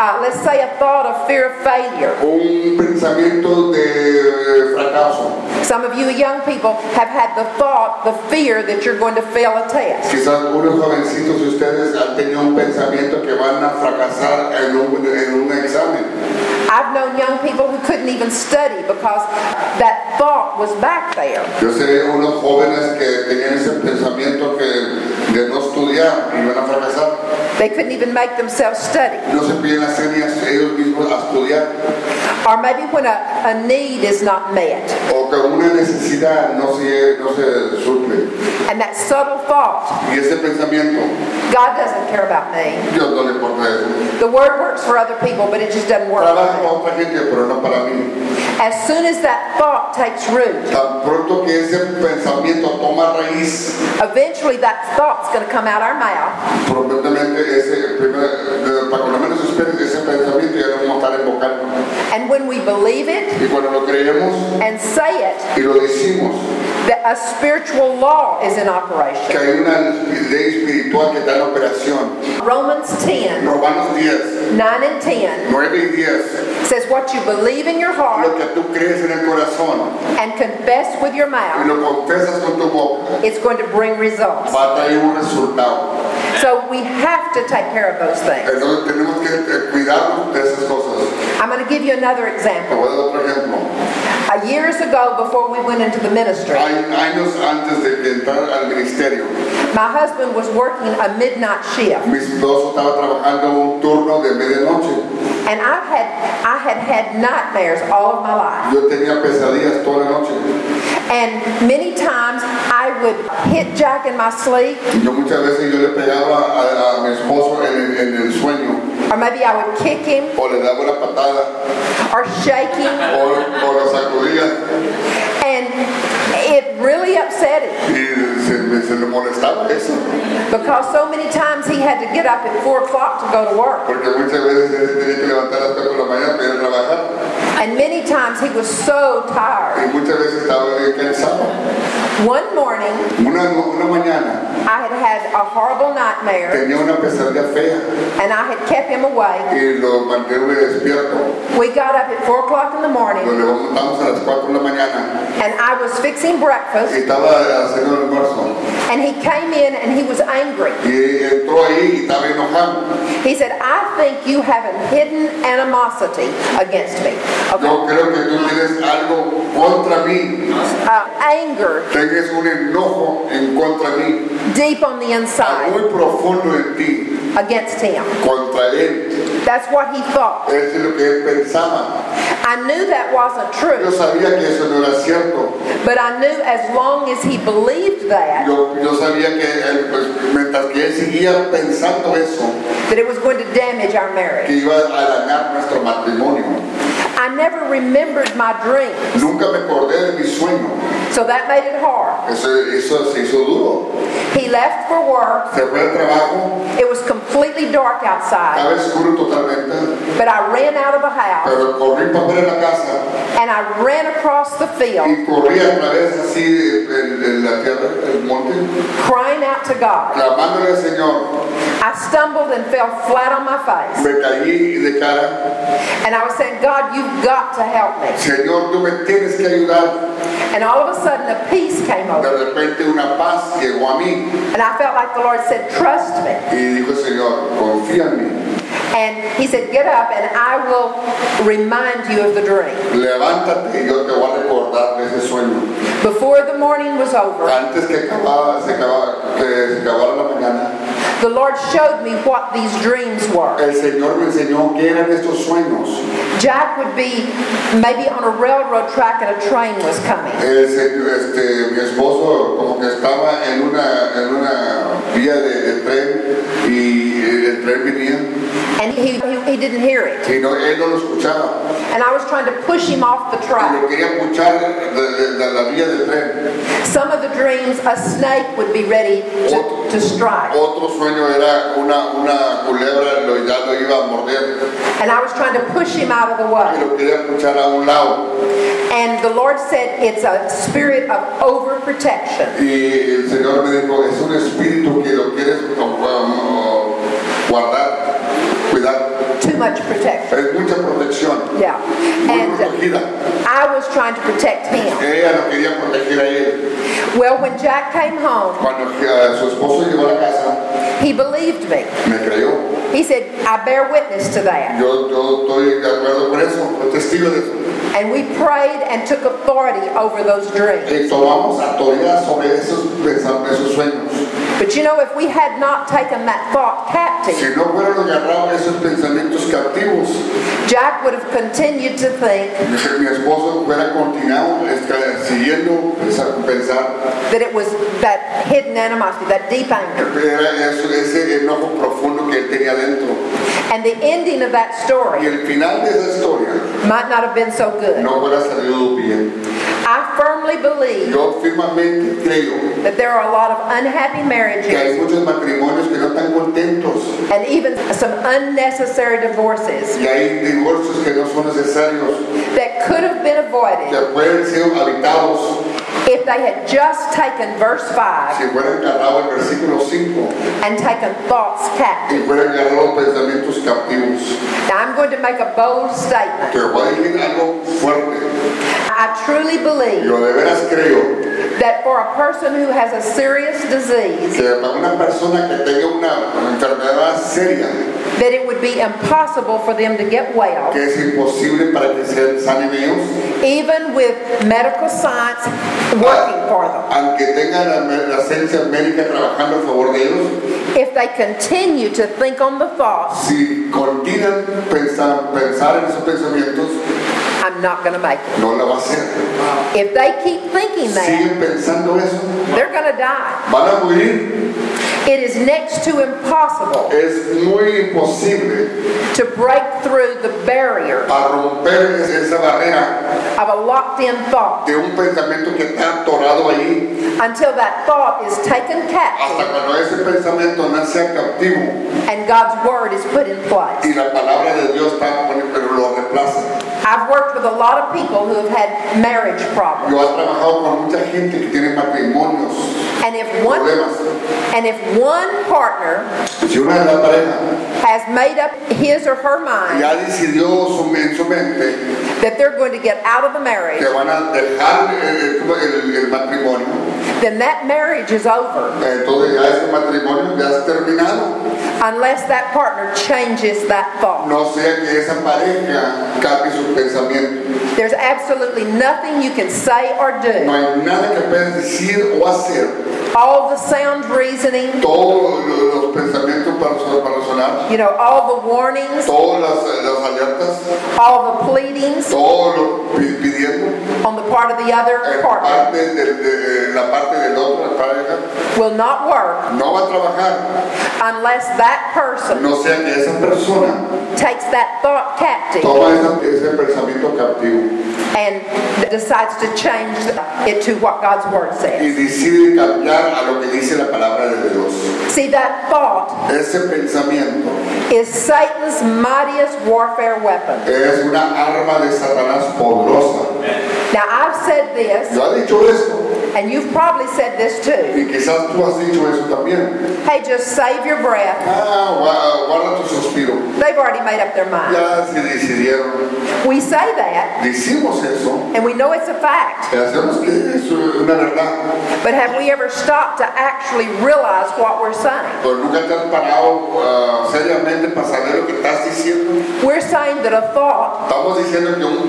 Uh, let's say a thought of fear of failure. Un pensamiento de fracaso. Some of you young people have had the thought, the fear that you're going to fail a test. Quizás unos jovencitos de ustedes han tenido un pensamiento que van a fracasar en un, en un examen. I've known young people who couldn't even study because that thought was back there. Yo sé unos jóvenes que tenían ese pensamiento que de no estudiar y van a fracasar. They couldn't even make themselves study. No se piden hacer ni a ellos mismos a estudiar. Or maybe when a, a need is not met. O que una necesidad no se, no se suple. And that subtle thought, Y ese pensamiento, God doesn't care about me. Dios no le importa eso. The word works for other people, but it just doesn't work. for me. Trabaja para otra gente, pero no para mí. As soon as that thought takes root, Tan pronto que ese pensamiento toma raíz, eventually that thought's going to come out our mouth probablemente ese primer, eh, para cuando menos esperes ese pensamiento ya no vamos a estar invocando. and when we believe it Y cuando lo creemos and say it y lo decimos, that a spiritual law is in que operation hay una ley espiritual que está en operación. romans 10 Romanos 10, 9 and 10 9 y 10. says what you believe in your Lo heart que tú crees en el corazón and confess with your y mouth lo confesas con tu boca, it's going to bring results va a traer un resultado. so we have to take care of those things Entonces tenemos que eh, cuidarnos de esas cosas. i'm going to give you another Te example voy a dar otro ejemplo. Uh, years ago before we went into the ministry Hay años antes de que entrar al ministerio, my husband was working a midnight shift mi esposo estaba trabajando un turno de medianoche. And I had I had had nightmares all of my life. Yo tenía pesadillas toda la noche. And many times I would hit Jack in my sleep, Y yo muchas veces yo le pegaba a, a mi esposo en el, en el sueño, or maybe I would kick him o le daba una patada, or shake him. o, o lo sacudía. And it really upset him Y se, me- se le molestaba eso, because so many times he had to get up at four o'clock to go to work. porque muchas veces él se tenía que levantar hasta por la mañana para ir a trabajar. And many times he was so tired. Y muchas veces estaba bien cansado. One morning Una, una mañana I had had a horrible nightmare tenía una pesadilla fea and I had kept him awake. y lo mantuve despierto. We got up at four o'clock in the morning Nos levantamos a las 4 de la mañana and I was fixing y breakfast estaba haciendo el almuerzo. and he came in and he was angry. Y entró ahí y estaba enojado. He said, I think you have a hidden animosity against me. Okay. Yo creo que tú tienes algo contra mí. Uh, anger Tienes un enojo en contra mí. deep on the Está inside. muy profundo en ti. against him. contra él. That's what he thought. Eso Este es lo que él pensaba. I knew that wasn't Yo true, sabía que eso no era cierto. but I knew as long as he believed that, Yo, yo sabía que él, pues, mientras que él seguía pensando eso, that it was going to damage our que marriage. iba a dañar nuestro matrimonio. I never remembered my dream, Nunca me acordé de mi sueño. so that made it hard. Eso, eso se hizo duro. He left for work. Se fue al trabajo, It was completely dark outside, estaba oscuro totalmente, but I ran out of a house pero corrí para afuera de la casa and I ran across the field y corrí a través así de, de- de la tierra, el monte, crying out to God. clamándole al Señor. I stumbled and fell flat on my face. Me caí de cara. And I was saying, God, you've got to help me. Señor, tú me tienes que ayudar. And all of a sudden, a peace came De over. repente una paz llegó a mí And I felt like the Lord said, Trust me. y dijo, Señor, confía en mí. And He said, Get up and I will remind you of the dream. Levántate y yo te voy a recordar de ese sueño. Before the morning was over, Antes que, acababa, se acababa, que se acabara la mañana, the Lord showed me what these dreams were. el Señor me enseñó qué eran estos sueños. Jack would be maybe on a railroad track and a train was coming. El se- este, mi esposo como que estaba en una, en una vía de, de tren y el tren venía And he, he, he didn't hear it. y no, él no lo escuchaba. And I was trying to push him off the Y lo track. quería puchar de, de- de la vía del tren. Some of the dreams, a snake would be ready to, to strike. Otro sueño era una, una culebra, lo, ya lo iba a morder And I was trying to push him out of the y way. lo quería puchar a un lado. And the Lord said, It's a spirit of overprotection. Y el Señor me dijo, es un espíritu que lo quieres um, guardar, cuidar. Too much protection. Es mucha protección, Yeah. muy And protegida. I was trying to protect him. Ella lo quería proteger a él. Well, when Jack came home, Cuando eh, su esposo llegó a la casa, he believed me. me creyó. He said, I bear witness to that. Yo, yo estoy de acuerdo con eso, soy testigo de eso. And we prayed and took authority over those dreams. Y tomamos autoridad sobre esos, pens- esos sueños. But you know, if we had not taken that thought captive, Si no fueran agarrados esos pensamientos captivos, Jack would have continued to think mi esposo fuera continuado esca- siguiendo pensar- pensar that it was that hidden animosity, that deep anger. Era eso, ese enojo profundo que él tenía dentro. And the ending of that Y story el final de esa historia might not have been so good. no hubiera salido bien. I firmly believe Yo firmemente creo that there are a lot of unhappy que marriages hay muchos matrimonios que no están contentos and even some unnecessary divorces y hay divorcios que no son necesarios, that could have been que avoided pueden ser habitados if they had just taken verse 5 si fueran agarrados el versículo 5 and taken thoughts y captive. fueran agarrados los pensamientos captivos. Now, I'm going to make a bold statement. Te voy a decir algo fuerte. I truly believe Yo de veras creo that for a person who has a serious disease, que para una persona que tenga una enfermedad seria, that it would be impossible for them to get well, que es imposible para que sean sanen ellos, even with medical science working for them, aunque tengan la, me- la ciencia médica trabajando a favor de ellos, if they continue to think on the thoughts, si continúan pensar, pensar en esos pensamientos, I'm not going to make it. no la va a hacer. If they keep thinking that, Siguen pensando eso, they're going to die. van a morir. It is next to impossible Es muy imposible to break through the barrier a romper es- esa barrera of a locked in thought de un pensamiento que está atorado ahí until that thought is taken captive hasta cuando ese pensamiento no sea captivo and God's word is put in y place. la palabra de Dios está, pero lo reemplaza. I've worked with a lot of people who have had marriage problems. Yo he trabajado con mucha gente que tiene matrimonios, And if one problemas. and if one partner Si una de las parejas has made up his or her mind ya decidió su- en su mente that they're going to get out of the marriage, que van a dejar el, el- el matrimonio, then that marriage is over entonces ya ese matrimonio ya es terminado. unless that partner changes that thought. No sea que esa pareja cambie su pensamiento. There's absolutely nothing you can say or No do hay nada que puedes decir o hacer all the sound reasoning, todos lo- los pensamientos para, so- para sonar, you know, all the warnings, todas las, las alertas, all the pleadings todo lo pi- pidiendo, on the part of the other en partner parte del- de la parte del otro, la pareja, will not work no va a trabajar, unless that person no sea que esa persona takes that thought captive toma esa- ese pensamiento captivo and decides to change it to what God's word y says. decide cambiar a lo que dice la palabra de Dios. See, that thought Ese pensamiento is Satan's mightiest warfare weapon. es una arma de Satanás poderosa. Now, I've said this, Yo ha dicho esto and you've probably said this too. y quizás tú has dicho eso también. Hey, just save your breath. Ah, gua- guarda tu suspiro. They've already made up their mind. Ya se decidieron. We say that, Decimos eso. and we know it's a fact, Hacemos que es una verdad. but have we ever stopped to actually realize what we're saying? Pero nunca te has parado ah, seriamente para saber lo que estás diciendo. We're saying that a thought, Estamos diciendo que un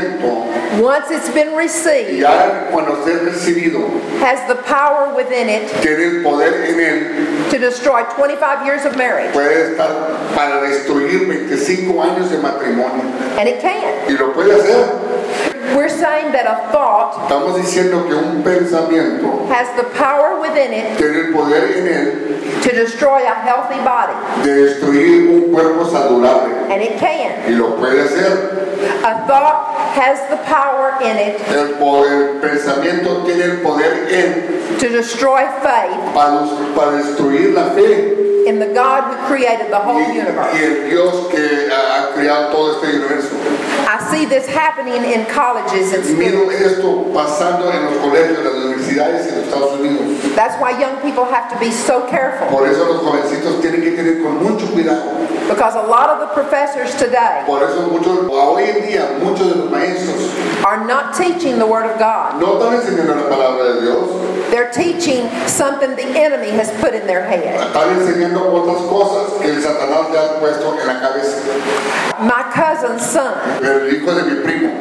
pensamiento, once it's been received, ya cuando sea recibido, has the power within it tiene el poder en él, to destroy 25 years of marriage, puede estar para destruir 25 años de matrimonio. and it can. Y lo puede hacer. We're saying that a thought Estamos diciendo que un pensamiento has the power within it tiene el poder en él to destroy a healthy body, de destruir un cuerpo saludable. and it can. Y lo puede hacer. A thought has the power in it El, poder- el pensamiento tiene el poder en to destroy faith para, des- para destruir la fe in the God who created the whole y, y universe. el Dios que ha, ha creado todo este universo. I see this happening in colleges and schools. Miro esto pasando en los colegios, en las universidades en los Estados Unidos. That's why young people have to be so careful Por eso los jovencitos tienen que tener con mucho cuidado. because a lot of the professors today Por eso muchos, hoy en día, muchos de los maestros are not teaching the Word of God. no están enseñando la palabra de Dios, They're teaching something the enemy has put in their head. están enseñando otras cosas que el Satanás le ha puesto en la cabeza. My cousin's son El hijo de mi primo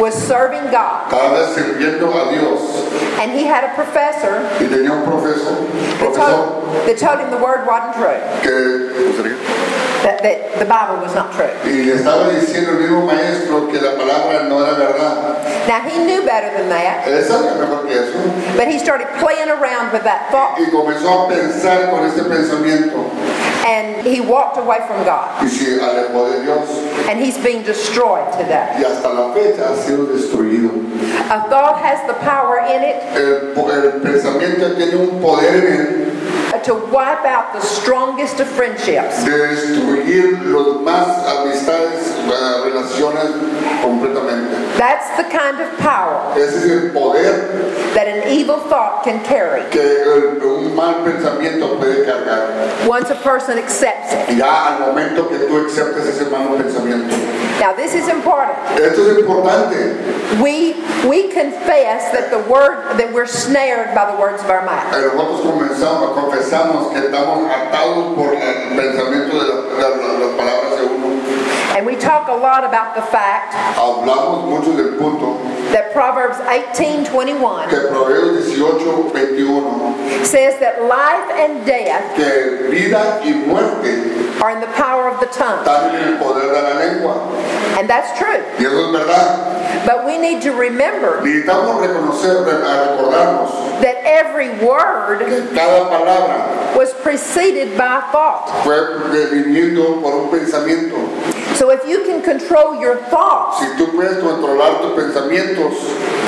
was serving God, estaba sirviendo a Dios and he had a professor y tenía un profesor, that profesor told, that told him the Word wasn't true, que that, that the Bible was not true. y le estaba diciendo el mismo maestro que la palabra no era verdad. Now he knew better than that, Él sabía mejor que eso but he started playing around with that thought y comenzó a pensar con este pensamiento and he walked away from God. y se alejó de Dios. And he's being destroyed today. y hasta la fecha ha sido destruido. A thought has the power in it El, po- el pensamiento tiene un poder en él to wipe out the strongest of friendships. de destruir los más amistades, eh, relaciones completamente. That's the kind of power Ese es el poder that an evil thought can carry que el- un mal pensamiento puede cargar. once a person accepts it. Ya al momento que tú aceptes ese mal pensamiento. Now this is important. Esto es importante. We we confess that the word that we're snared by the words of our mouth. Eh, Nosotros comenzamos, confesamos que estamos atados por el pensamiento de la- la- la- las palabras de uno. And we talk a lot about the fact Hablamos mucho del punto that Proverbs 18:21 que Proverbios 18, 21, says that life and death que vida y muerte are in the power of the tongue. están en el poder de la lengua. And that's true. Y eso es verdad. But we need to remember Necesitamos reconocer, re- a recordarnos that every word que cada palabra was preceded by a thought. fue viniendo por un pensamiento. So if you can control your thoughts, Si tú puedes controlar tus pensamientos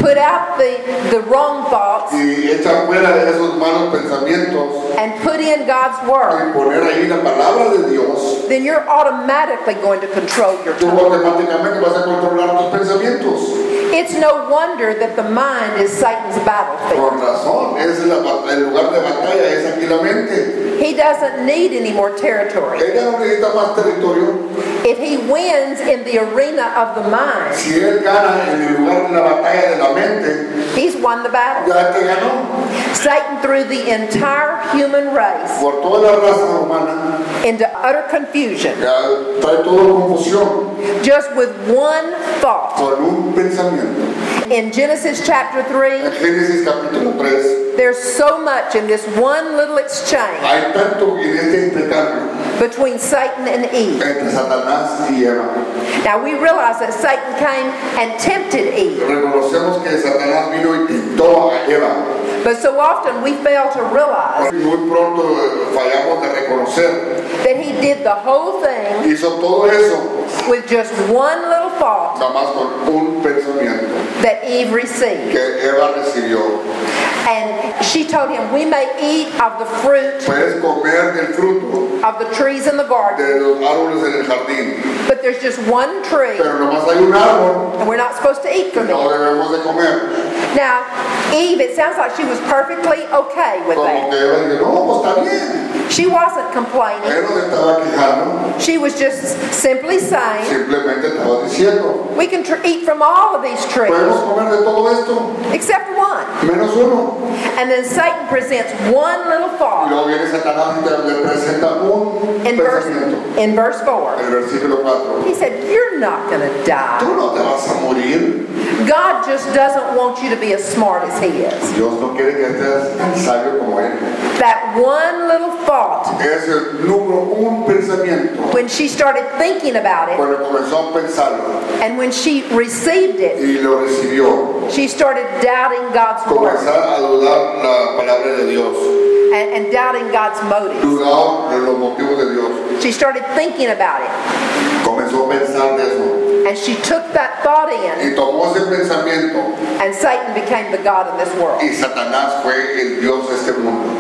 put out the, the wrong thoughts y echar fuera de esos malos pensamientos and put in God's word, y poner ahí la palabra de Dios, then you're automatically going to control your tú tongue. automáticamente vas a controlar tus pensamientos. It's no wonder that the mind is Satan's battlefield. Con razón, es la bat- el lugar de batalla es aquí la mente. He doesn't need any more territory. Ella no necesita más territorio. If he wins in the arena of the mind, Si él gana en el lugar de la batalla de la mente, he's won the battle. ya te ganó. Satan threw the entire human race Por toda la raza humana, into utter confusion ya trae toda confusión just with one thought. con un pensamiento. In Genesis chapter En 3, Génesis capítulo 3, There's so much in this one little exchange Hay tanto en este intercambio between Satan and Eve. entre Satanás y Eva. Now we realize that Satan came and tempted Eve, Reconocemos que Satanás vino y tentó a Eva. but so often we fail to realize Y Muy pronto eh, fallamos de reconocer. that he did the whole thing Hizo todo eso with just one little thought nada más con un pensamiento that Eve received. que Eva recibió. And she told him, We may eat of the fruit Puedes comer del fruto of the trees in the garden, de los árboles en el jardín, but there's just one tree, pero nomás hay un árbol and we're not supposed to eat que from it. no debemos de comer. Now, Eve, it sounds like she was perfectly okay with Como that. que Eva dice, no, pues está bien. She wasn't complaining. Él no se estaba quejando, She was just simply saying, simplemente estaba diciendo, We can tr- eat from all of these trees podemos comer de todo esto, except one. menos uno. And then Satan presents one little Y thought luego viene Satanás y te le presenta un in verse, pensamiento. in verse 4. El versículo 4. He said, You're not going to Tú die. no te vas a morir. God just doesn't want you to be as smart as He is. Dios no quiere que seas tan sabio como Él. That one little thought, Es el número un pensamiento. when she started thinking about it Cuando comenzó a pensarlo and when she received it, y lo recibió, she started doubting God's word comenzar a dudar la palabra de Dios, and, and doubting God's motives. dudar de los motivos de Dios. She started thinking about it Comenzó a pensar de eso and she took that thought in, y tomó ese pensamiento and Satan became the God of this world. y Satanás fue el Dios de este mundo.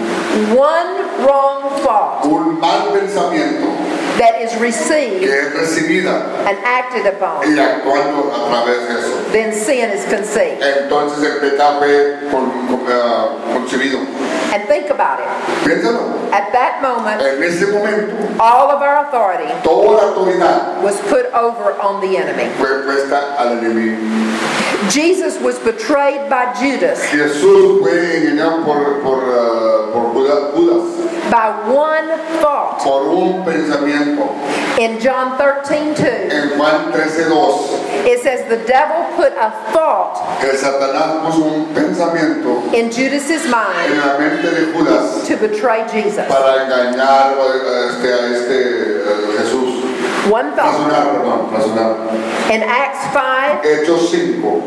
One wrong thought Un mal pensamiento that is que received es recibida and acted upon, y actuando a través de eso. then sin is conceived. Entonces el pecado fue con- con- ah, concebido. And think about it. Piénsalo. At that moment, En ese momento, all of our authority toda la autoridad was put over on the enemy. fue puesta al enemigo. Jesus was betrayed by Judas Jesús fue engañado por, por, eh, por Judas, Judas, by one thought. por un pensamiento. In John 13 2, En Juan 13:2, it says, The devil put a thought el Satanás puso un pensamiento in Judas's en mind la mente de Judas to betray Jesus. para engañar eh, este, a este eh, Jesús. One thought. Razonar, perdón, razonar. In Acts 5, Hechos 5.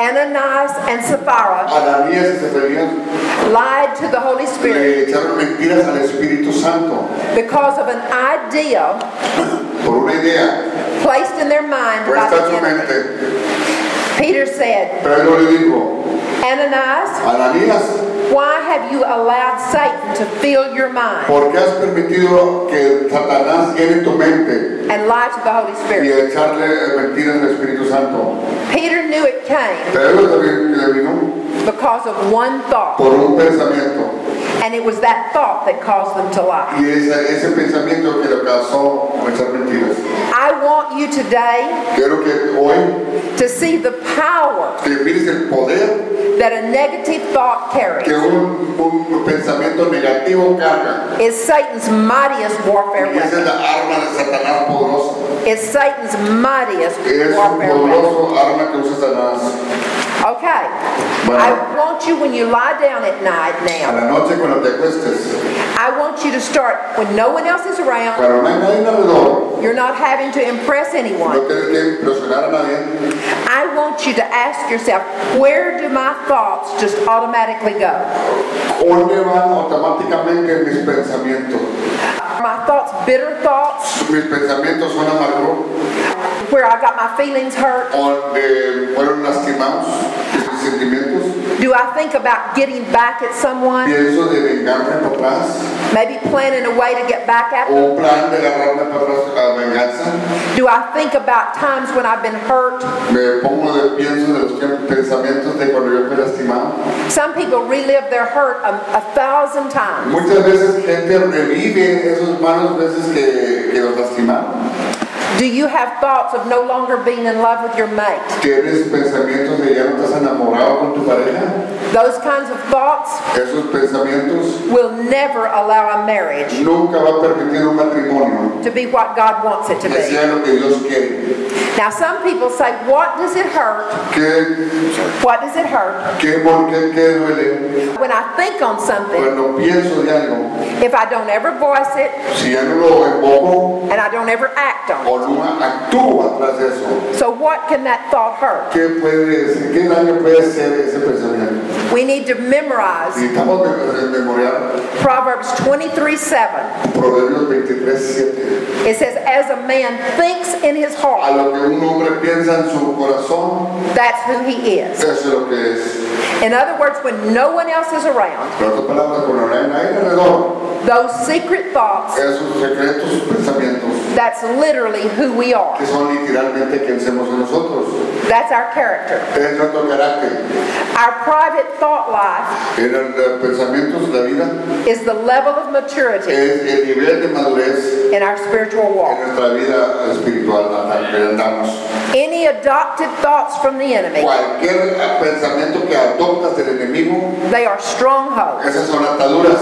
Ananias and Sapphira Ananías y Zafarías lied to the Holy Spirit le echaron mentiras al Espíritu Santo because of an idea por una idea placed in their mind by puesta en the su enemy. mente. Peter said, Pedro le dijo, Ananias, Ananías, why have you allowed Satan to fill your mind ¿por qué has permitido que Satanás llene tu mente and lie to the Holy y Spirit? echarle eh, mentiras al Espíritu Santo? Peter knew it came Pedro también le vino because of one thought, por un pensamiento and it was that thought that caused them to lie. y ese, ese pensamiento que le causó echar mentiras. I want you today Quiero que hoy to see the power que mires el poder that a negative thought que carries. un, un pensamiento negativo carga. It's Satan's mightiest warfare Y esa weapon. es la arma de Satanás poderosa. It's Satan's mightiest Es un warfare weapon. poderoso arma que usa Satanás. Okay. Bueno. I want you when you lie down at night now, A la noche cuando te acuestes. I want you to start when no one else is around. Cuando no hay nadie alrededor, You're not having to impress no anyone. tienes que impresionar a nadie. I want you to ask yourself, where do my thoughts just automatically go? ¿Dónde van automáticamente mis pensamientos? Are my thoughts bitter thoughts? Mis pensamientos son amargos, Where I got my feelings hurt? donde fueron lastimados mis sentimientos. Do I think about getting back at someone? Pienso de vengarme para atrás, Maybe planning a way to get back at o them? un plan de agarrarme para atrás a venganza. Do I think about times when I've been hurt? Me pongo de pienso de los que- pensamientos de cuando yo fui lastimado. Some people relive their hurt a, a thousand times. Muchas veces gente revive esos malos veces que, que los lastimaron. Do you have thoughts of no longer being in love with your mate? ¿Tienes pensamientos de ya no estás enamorado con tu pareja? Those kinds of thoughts Esos pensamientos will never allow a marriage nunca va a permitir un matrimonio to be what God wants it to que be. sea lo que Dios quiere. Now, some people say, What does it hurt? ¿Qué, What does it hurt? qué, por qué, qué duele? When I think on something, Cuando pienso de algo, if I don't ever voice it si ya no lo evoco and I don't ever act on o no actúo atrás de eso, it. So, what can that thought hurt? ¿qué, puede, ser? qué daño puede ser ese pensamiento? We need to memorize Necesitamos mem- memoriar Proverbs 23 7. Proverbios 23, 7. It says, As a man thinks in his A heart, lo que un hombre piensa en su corazón, that's who he is. eso es lo que es. In other words, when no one else is around, En otras palabras, cuando no hay nadie alrededor, those secret thoughts, esos secretos, sus pensamientos, that's literally who we are. que son literalmente quien somos nosotros. That's our character. Es nuestro carácter. Our private thought life Eran los pensamientos, la vida, is the level of maturity es el nivel de madurez in our spiritual en walk. nuestra vida espiritual, la la que andamos. Any adopted thoughts from the enemy, Cualquier pensamiento que adoptas del enemigo, they are strongholds. esas son ataduras.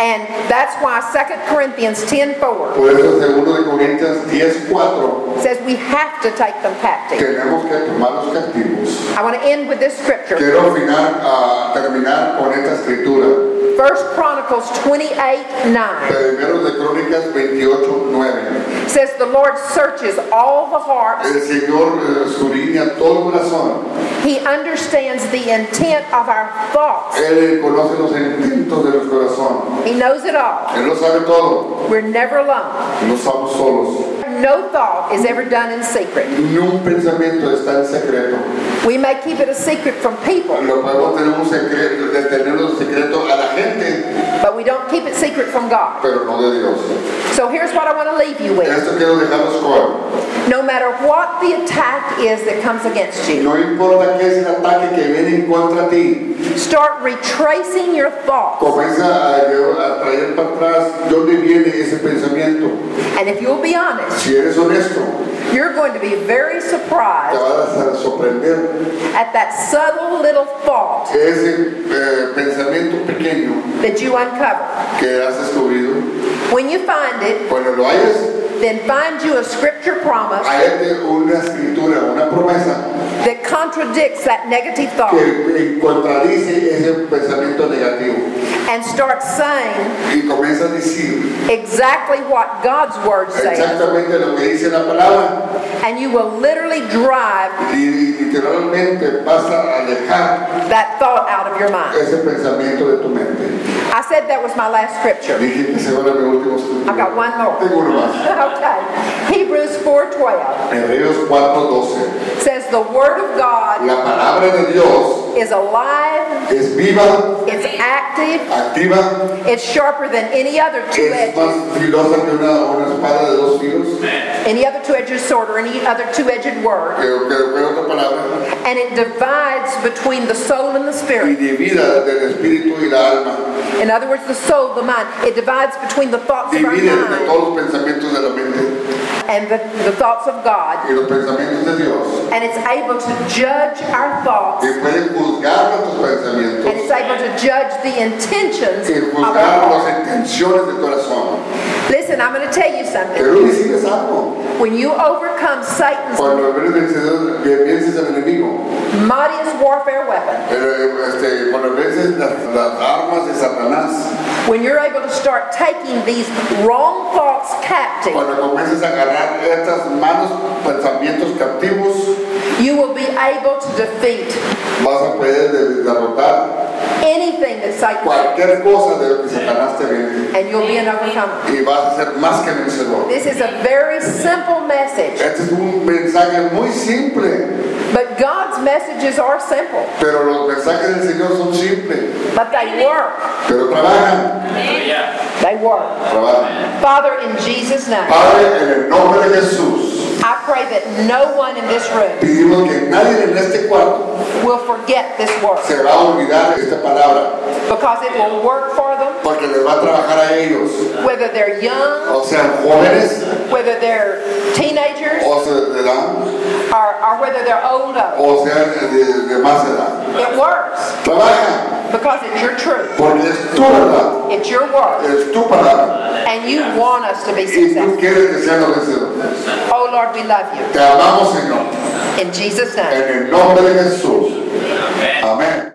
And that's why 2 Corinthians 10:4 Por eso, segundo de Corintios 10:4, says we have to take them captive. tenemos que tomarnos cautivos. I want to end with this scripture. Quiero final- a terminar con esta escritura. 1 Chronicles 28:9 Primero de Crónicas 28, 9. says the Lord searches all the hearts. El Señor eh, escudriña todo el corazón. He understands the intent of our thoughts. Él conoce los intentos de los corazones. He knows it all. Él lo sabe todo. We're never alone. No estamos solos. No thought is ever done in secret. Ni un pensamiento está en secreto. We may keep it a secret from people, Lo podemos tener un secreto, de tenerlo en secreto a la gente, but we don't keep it secret from God. pero no de Dios. So here's what I want to leave you with. Esto quiero dejarlos con. No matter what the attack is that comes against you, No importa qué es el ataque que viene en contra de ti, start retracing your thoughts. comienza a, llevar- a traer para atrás dónde viene ese pensamiento. And if you'll be honest, Si eres honesto, you're going to be very te surprised vas a sorprender. at that subtle little thought Ese eh, pensamiento pequeño that you uncover. que has descubrido, When you find it, cuando lo hayas, then find you a scripture promise hayate una escritura, una promesa that contradicts that negative thought que contradice ese pensamiento negativo. and start saying Y comienza a decir exactly what God's word says. exactamente lo que dice la palabra And you will literally drive y literalmente vas a alejar that thought out of your mind. ese pensamiento de tu mente. I said that was my last scripture. Dije que se van a mi último escritura. I've got one more. Tengo uno más. Okay. Hebrews 4:12 Hebreos 4:12. says the word of God La palabra de Dios is alive, es viva, it's active, activa, it's sharper than any other es two-edged más filosa que una, una espada de dos filos, que, any other two-edged sword or any other two-edged word, que- que otra palabra, and it divides between the soul and the y spirit. divida del espíritu y la alma, In other words, the soul, the mind, it divides between the thoughts of our divide entre mind todos los pensamientos de la mente and the, the thoughts of God, y los pensamientos de Dios, and it's able to judge our thoughts, y puede juzgar nuestros and it's pensamientos able to judge the intentions y of our juzgar heart. las intenciones del corazón. Listen, I'm going to tell you something. Pero decides algo, When you overcome Satan's cuando eres vencedor, que vences al enemigo. mightiest warfare weapon, Pero eh, este, cuando veces las, las armas de Satanás, when you're able to start taking these wrong thoughts captive, cuando comienzas a agarrar estas manos, pensamientos captivos, you will be able to defeat vas a poder de- derrotar anything that Satan cualquier cosa de lo que Satanás te vende and you'll be an overcomer. y vas a ser más que vencedor. This is a very simple message, Este es un mensaje muy simple, but God's messages are simple, pero los mensajes del Señor son simples, but they work. pero trabajan, They work. trabajan. Father, in Jesus' name, Padre, en el nombre de Jesús, I I pray that no one in this room Pedimos que nadie en este cuarto will forget this word se va a olvidar de esta palabra, because it will work for them, porque les va a trabajar a ellos, whether they're young, o sean jóvenes, whether they're teenagers, o sea, de edad, or, or whether they're older. o sean de, de más edad. It works Trabaja, because it's your truth. porque es tu verdad, It's your word. es tu palabra, And you want us to be y tú successful. quieres que sean los vencedores. Oh Lord, we love you. Te amamos, Señor, In Jesus' name. en el nombre de Jesús. Amén.